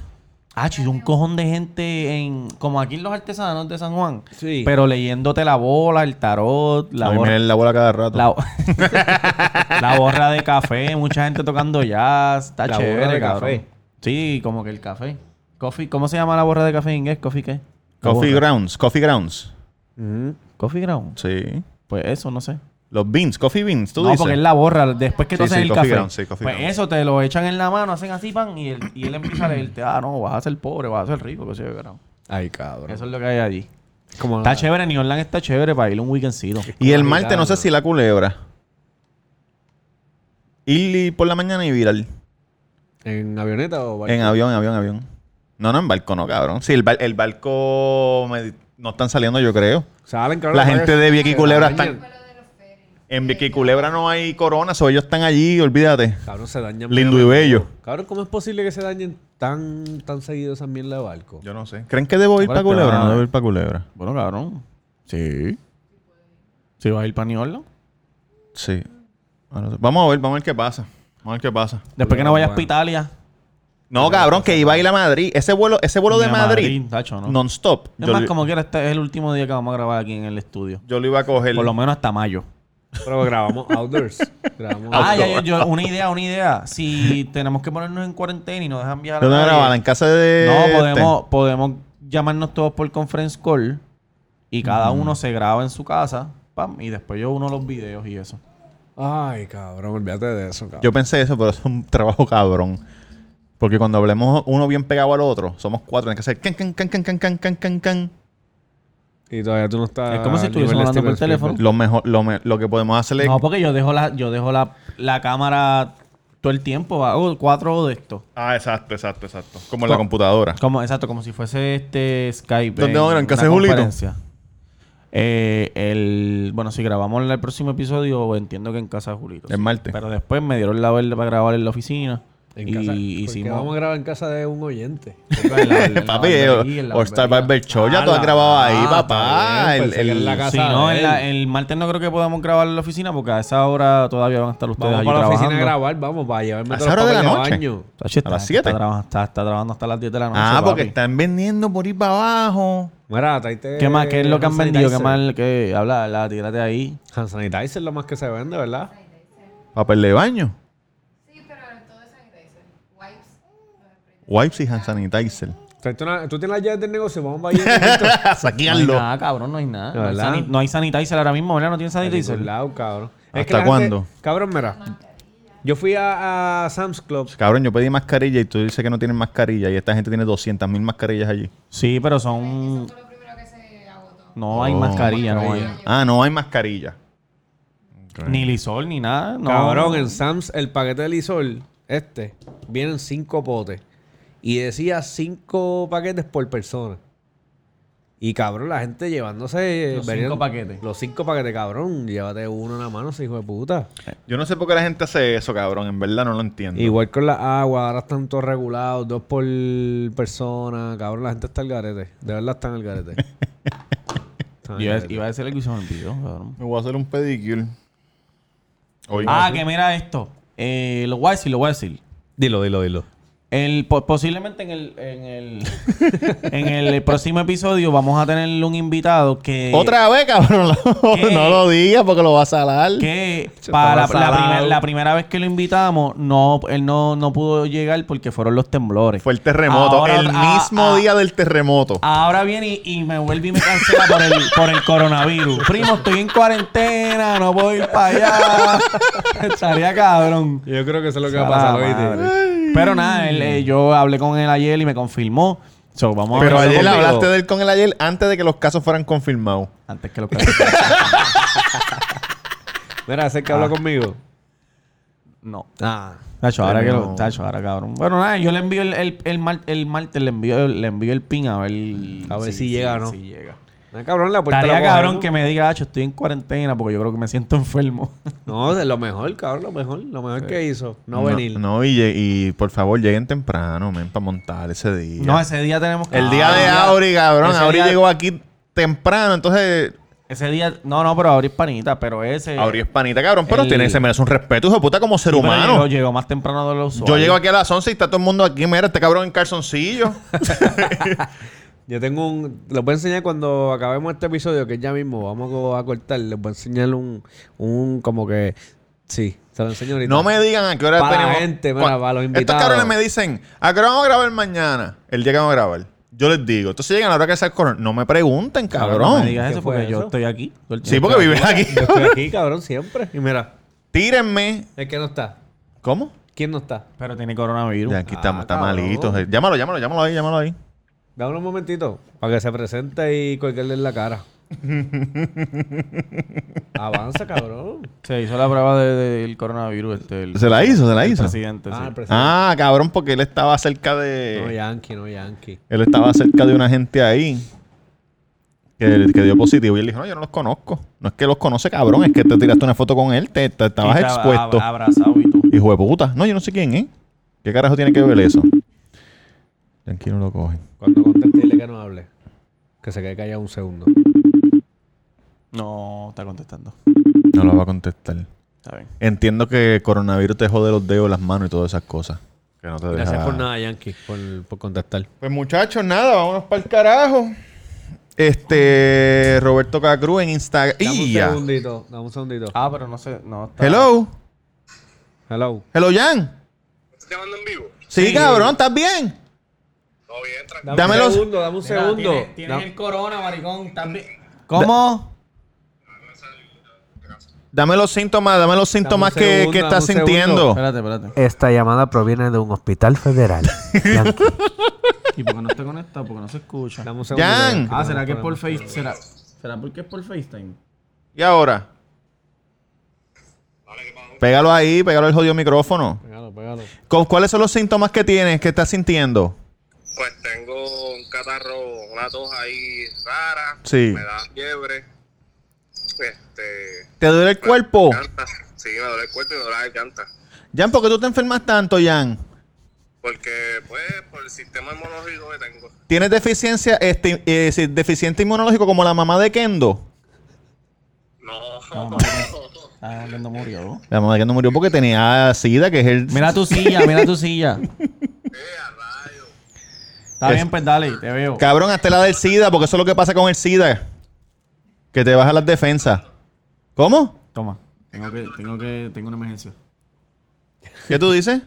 Ah, chido, un cojón de gente en. Como aquí en los artesanos de San Juan. Sí. Pero leyéndote la bola, el tarot, la a mí me borra. leen la bola cada rato. La, la borra de café, mucha gente tocando jazz. Está La borra chévere, de cabrón. café. Sí, como que el café. Coffee, ¿cómo se llama la borra de café en inglés? ¿Coffee qué? La Coffee borra. Grounds, Coffee Grounds. Mm. Coffee ground. Sí. Pues eso, no sé. Los beans, Coffee beans, tú No, dices. porque es la borra. Después que tú Sí, haces sí, el coffee café. ground, sí, coffee pues ground. eso te lo echan en la mano, hacen así, pan, y él, y él empieza a leerte. Ah, no, vas a ser pobre, vas a ser rico, que sé yo, carajo. Ay, cabrón. Eso es lo que hay allí. como Está chévere, New Orleans está chévere para ir un weekendcito. Y el Ay, martes, no sé cabrón. si la culebra. Ir por la mañana y viral. ¿En avioneta o barco? En avión, avión, avión. No, no, en barco no, cabrón. Sí, el, bar- el barco me- no están saliendo, yo creo. Salen, cabrón. La gente de Vieques y Se Culebra dañan. están... En Vieques y Culebra no hay corona, so ellos están allí, olvídate. Cabrón, se dañan. Lindo y medio menudo. bello. Cabrón, ¿cómo es posible que se dañen tan, tan seguido esas mierdas de barco? Yo no sé. ¿Creen que debo ir para Acuérdate, Culebra? o No ah. debo ir para Culebra. Bueno, cabrón. Sí. ¿Sí vas a ir para New Orleans? Sí. Bueno, Vamos a ver, vamos a ver qué pasa. Vamos a ver qué pasa. Después que no vayas a Italia. No, cabrón, que iba a ir a Madrid. Ese vuelo, ese vuelo de Madrid, tacho, ¿no? non-stop. Es yo más, lo- como quiera, este es el último día que vamos a grabar aquí en el estudio. Yo lo iba a coger. Por lo menos hasta mayo. Pero grabamos outdoors. grabamos Ah, ya, outdoors. yo, yo- una idea, una idea. Si tenemos que ponernos en cuarentena y nos dejan viajar ¿Dónde la calle, grababan? En casa de. No, este? podemos, podemos llamarnos todos por conference call y cada uno se graba en su casa pam, y después yo uno los videos y eso. Ay, cabrón, olvídate de eso, cabrón. Yo pensé eso, pero es un trabajo cabrón. Porque cuando hablemos uno bien pegado al otro, somos cuatro, tienes que hacer can, can, can, can, can, can, can, can, can. Y todavía tú no estás. Es como si al nivel estuviese este de hablando por Steven Spielberg. teléfono. Lo, mejor, lo, me- lo que podemos hacer es... No, porque yo dejo la, yo dejo la, la cámara todo el tiempo. Hago cuatro de estos. Ah, exacto, exacto, exacto. Como en la computadora. Como, exacto, como si fuese este Skype. ¿Dónde en ahora? ¿En una casa de Julito? conferencia. Eh, el, bueno, si grabamos el próximo episodio, entiendo que en casa de Julito. El sí. martes. Pero después me dieron la verde para grabar en la oficina. En y casa. Porque vamos a hicimos. grabar en casa de un oyente. Papi, o Star Barber Show, ya tú has grabado ahí, ah, papá. pues bien, El- pensé que el- era la casa. Sí, no, de en la- él. el martes no creo que podamos grabar en la oficina porque a esa hora todavía van a estar ustedes Vamos allí para la oficina a trabajando. grabar, vamos, para llevarme ¿A todos los esa hora de la papeles noche? baño. Tacho, A las está- siete. Está, traba- está- está trabajando hasta las 10 de la noche. Ah, porque papi. están vendiendo por ir para abajo. Mira, tráete ¿Qué más? ¿Qué es lo que han hand vendido? ¿Qué sanitizer. más? ¿Qué? Habla, la, tírate ahí. Hand sanitizer es lo más que se vende, ¿verdad? Papel de baño. Sí, pero todo es sanitizer. Wipes. Wipes y hand sanitizer. Tráete una- tú tienes las llaves del negocio, vamos para allá. No hay Saquearlo. nada, cabrón, no hay nada. No hay, ¿Verdad? sani- no hay sanitizer ahora mismo, ¿verdad? No tiene sanitizer. Al lado, cabrón. ¿Hasta la gente- cuándo? cabrón, mira. Yo fui a, a Sam's Club. Cabrón, yo pedí mascarilla y tú dices que no tienen mascarilla y esta gente tiene 200 mil mascarillas allí. Sí, pero son. Eso fue lo primero que se agotó. No hay Oh, mascarilla, no hay. Ah, no hay mascarilla. Ni lisol, ni nada. No. Cabrón, en Sam's el paquete de Lisol, este, vienen cinco potes. Y decía cinco paquetes por persona. Y cabrón, la gente llevándose. eh, Los venían- cinco paquetes. Los cinco paquetes, cabrón. Llévate uno en la mano, ese hijo de puta. Yo no sé por qué la gente hace eso, cabrón. En verdad no lo entiendo. Igual con la agua, ahora están todos regulados, dos por persona. Cabrón, la gente está al garete. De verdad están al garete. Están al Yo iba, garete. iba a decir que se me olvidó, cabrón. Me voy a hacer un pedicure. Hoy. Ah, que mira esto. Eh, lo voy a decir, lo voy a decir. Dilo, dilo, dilo. El, po- posiblemente en el, en, el, en el próximo episodio vamos a tener un invitado que. Otra vez, cabrón. ¿Qué? No lo digas porque lo vas a salar. que Eso para la, está la pasado. primer- la primera vez que lo invitamos, no, él no, no pudo llegar porque fueron los temblores. Fue el terremoto. Ahora el otra- ah, mismo ah, día del terremoto. Ahora viene y, y me vuelve y me cancela por el, por el coronavirus. Primo, estoy en cuarentena, no puedo ir para allá. Estaría cabrón. Yo creo que eso es lo que va a Ah, pasar hoy. madre. Pero nada, él, eh, yo hablé con él ayer y me confirmó. So, vamos a Pero ver. ayer conmigo. hablaste de él con él ayer antes de que los casos fueran confirmados. Antes que lo que... Mira, ese que habla conmigo. No. Ah. Tacho, ahora que no. lo... Tacho, ahora cabrón. Bueno, nada, yo le envío el, el, el, mar- el martes, le envío, el- le envío el pin a ver... A ver si llega o no. Si llega. Ah, cabrón, la puerta Estaría la cogemos. cabrón que me diga, Hacho, estoy en cuarentena porque yo creo que me siento enfermo. No, de lo mejor, cabrón, lo mejor. Lo mejor que hizo. No, venir. No, y, lle- y por favor, lleguen temprano, men, para montar ese día. No, ese día tenemos que... el día Ah, de ya. Auri, cabrón. Ese Auri día- llegó aquí temprano, entonces. Ese día... No, no, pero Auri es panita, pero ese... Auri es panita, cabrón. Pero el- tiene, se merece un respeto, hijo de puta, como ser Sí, pero humano. Llegó, llegó más temprano de lo usual. Yo llego aquí a las 11 y está todo el mundo aquí. Mira, este cabrón en calzoncillo. Yo tengo un. Les voy a enseñar cuando acabemos este episodio, que ya mismo vamos co- a cortar. Les voy a enseñar un. Un como que. Sí, se lo enseño ahorita. no me digan a qué hora Para la tenemos- gente, mira, Cuan- para los Estos invitados. cabrones me dicen, ¿a qué hora vamos a grabar mañana? El día que vamos a grabar. Yo les digo. Entonces llegan a la hora que sea el corona. No me pregunten, No cabrón. me digas eso ¿Qué fue porque yo eso? estoy aquí. todo el sí, tiempo. porque vives aquí. Yo estoy aquí, cabrón, siempre. Y mira, Tírenme. el que no está. ¿Cómo? ¿Quién no está? Pero tiene coronavirus. Ya, aquí Ah, estamos, está cabrón. malito. Llámalo, llámalo, llámalo ahí, llámalo ahí. Dame un momentito para que se presente y cuelguele en la cara. Avanza, cabrón. Se hizo la prueba de- del coronavirus. Este, el- ¿Se la hizo? ¿Se la el hizo? presidente, sí. Ah, el presidente. Ah, cabrón, porque él estaba cerca No, de. Yankee, no, Yankee. Él estaba cerca de una gente ahí que, que dio positivo. Y él dijo, no, yo no los conozco. No es que los conoce, cabrón, es que te tiraste una foto con él, te, te estabas Y estaba expuesto. ah, ab- abrazado y todo. Hijo de puta. No, yo no sé quién, ¿eh? ¿Qué carajo tiene que ver eso? Tranquilo, lo coge. Cuando conteste, dile que no hable. Que se quede callado un segundo. No, está contestando. No lo va a contestar. Está bien. Entiendo que coronavirus te jode los dedos, las manos y todas esas cosas. Que no te deja... Gracias por nada, Yankee, por, por contestar. Pues muchachos, nada, vámonos para el carajo. Este, Roberto Cacruz en Instagram. Dame un ¡Ya! segundito, dame un segundito. Ah, pero no sé. No, está- Hello, Hello. hello Jan. ¿Estás llamando en vivo? Sí, cabrón, ¿estás bien? Todo bien, tranquilo. Dame un los- segundo, dame un segundo. el corona, maricón. ¿Cómo? Dame los síntomas, dame los síntomas que, segundo, que estás dame un segundo. sintiendo. Espérate, espérate. Esta llamada proviene de un hospital federal. Yankee. ¿Y por qué no está conectado? Porque no se escucha. Dame un Jan. Yankee, Ah, no ¿será nos que es por podemos- Face? ¿Será, ¿Será porque es por FaceTime? ¿Y ahora? Pégalo ahí, pégalo al jodido micrófono. Pégalo, pégalo. ¿Con- ¿Cuáles son los síntomas que tienes, que estás sintiendo? Pues tengo un catarro, una tos ahí rara. Sí. Me da fiebre. Este. ¿Te duele el cuerpo? garganta. Sí, me duele el cuerpo y me duele la garganta. Jan, ¿por qué tú te enfermas tanto, Jan? Porque, pues, por el sistema inmunológico que tengo. ¿Tienes deficiencia, este, eh, sí, deficiente inmunológico como la mamá de Kendo? No, Ah, que no murió. ¿no? La mamá de Kendo murió porque tenía SIDA, que es el... Mira tu silla, mira tu silla. Está Es- bien, pues dale, te veo. Cabrón, hazte la del SIDA, porque eso es lo que pasa con el SIDA. Que te baja las defensas. ¿Cómo? Toma. Tengo que, tengo que, tengo una emergencia. ¿Qué tú dices?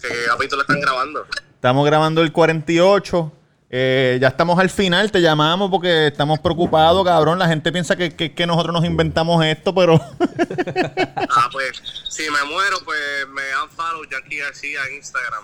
¿Qué capítulo están grabando? Estamos grabando el 48. Eh, ya estamos al final, te llamamos porque estamos preocupados, cabrón. La gente piensa que, que- que nosotros nos inventamos esto, pero... Ah, pues, si me muero, pues me dan follow Jackie García en Instagram.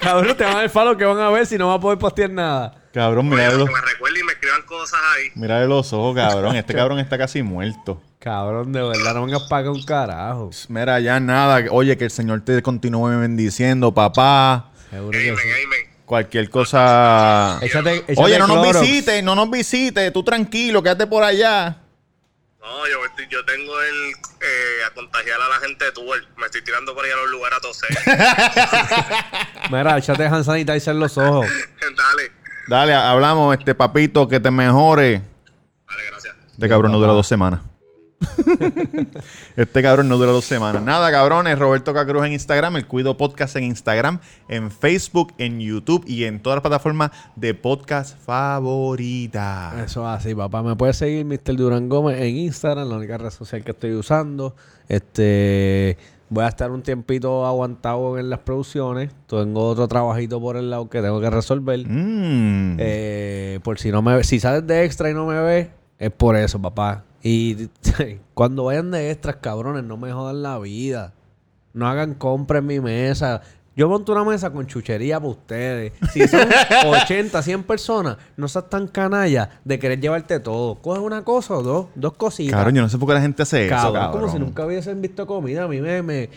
Cabrón, te van a dar follow que van a ver si no va a poder postear nada. cabrón, mira, Pero los, que me recuerden y me escriban cosas ahí. mira los ojos, cabrón. Este cabrón está casi muerto. Cabrón, de verdad, no vengas para acá un carajo. Mira, ya nada. Oye, que el Señor te continúe bendiciendo, papá. Seguro que Amen, sí. amen. Cualquier cosa... Échate, échate Oye, no nos Clorox. visites, no nos visites. Tú tranquilo, quédate por allá. No, yo, estoy- yo tengo el eh, a contagiar a la gente de tuer. Me estoy tirando por ahí a los lugares a toser. Mira, échate hand sanitizer en los ojos. Dale. Dale, hablamos, este papito, que te mejore. Dale, gracias. Este cabrón no dura dos semanas. este cabrón no dura dos semanas. Nada, cabrones. Roberto Cacruz en Instagram, el Cuido Podcast en Instagram, en Facebook, en YouTube y en todas las plataformas de podcast favoritas. Eso es así, papá. Me puedes seguir, Mr. Durán Gómez, en Instagram, la única red social que estoy usando. Este, voy a estar un tiempito aguantado en las producciones. Tengo otro trabajito por el lado que tengo que resolver. Mm. Eh, por si no me si sales de extra y no me ves, es por eso, papá. Y cuando vayan de extras, cabrones, no me jodan la vida. No hagan compra en mi mesa. Yo monto una mesa con chuchería para ustedes. Si son 80, 100 personas, no seas tan canalla de querer llevarte todo. Coge una cosa o dos, dos cositas. Cabrón, yo no sé por qué la gente hace eso, Cabrón, cabrón. como si nunca hubiesen visto comida. A mí me, me-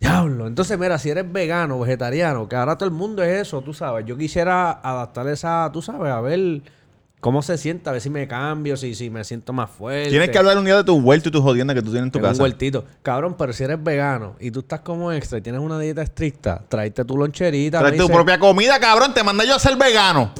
Diablo. Entonces, mira, si eres vegano, vegetariano, que ahora todo el mundo es eso, tú sabes. Yo quisiera adaptar esa, tú sabes, a ver cómo se sienta, a ver si me cambio, si, si me siento más fuerte. Tienes que hablar un día de tu vuelto y tu jodienda que tú tienes en tu Tengo casa. un huertito. Cabrón, pero si eres vegano y tú estás como extra y tienes una dieta estricta, tráete tu loncherita. Trae me tu dice, propia comida, cabrón. Te mandé yo a ser vegano.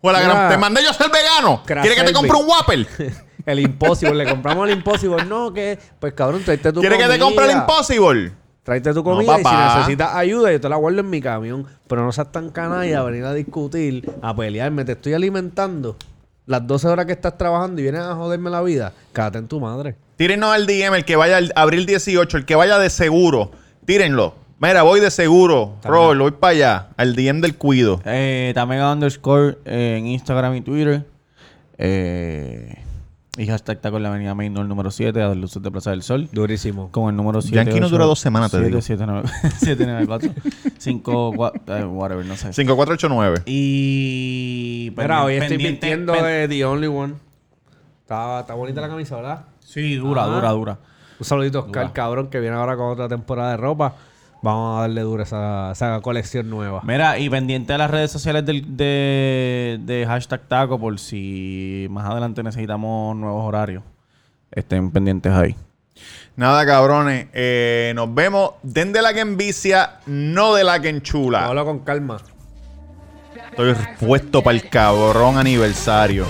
Juega la Mira. gran- Te mandé yo a ser vegano. Craft ¿Quieres que te Service. compre un Whopper? El Impossible, le compramos el Impossible. No, que. Pues cabrón, tráete tu ¿Quieres que te compre el comida. Impossible? Tráete tu comida y si papá. necesitas ayuda, yo te la guardo en mi camión. Pero no seas tan canalla a venir a discutir, a pelearme. Te estoy alimentando las 12 horas que estás trabajando y vienes a joderme la vida. Cágate en tu madre. Tírenos al DM, el que vaya al abril 18, el que vaya de seguro. Tírenlo. Mira, voy de seguro. Rol, voy para allá. Al DM del cuido. Eh, Tamega underscore eh, en Instagram y Twitter. Eh, y hashtag está con la avenida Main, el número 7, a las luces de Plaza del Sol. Durísimo. Con el número 7. Yankee no dura dos semanas, te digo. 794. 5, eh, whatever, no sé. 5489. Y. Mira, hoy estoy pendiente- mintiendo pen- de The Only One. Está, está bonita la camisa, ¿verdad? Sí, dura, Ah. dura, dura. Un saludito a Oscar, Dura. cabrón, que viene ahora con otra temporada de ropa. Vamos a darle dura esa, esa colección nueva. Mira, y pendiente de las redes sociales del- de, de hashtag taco por si más adelante necesitamos nuevos horarios. Estén pendientes ahí. Nada, cabrones. Eh, nos vemos. Den de la que envicia, no de la que enchula. Hablo con calma. Estoy puesto para el cabrón aniversario.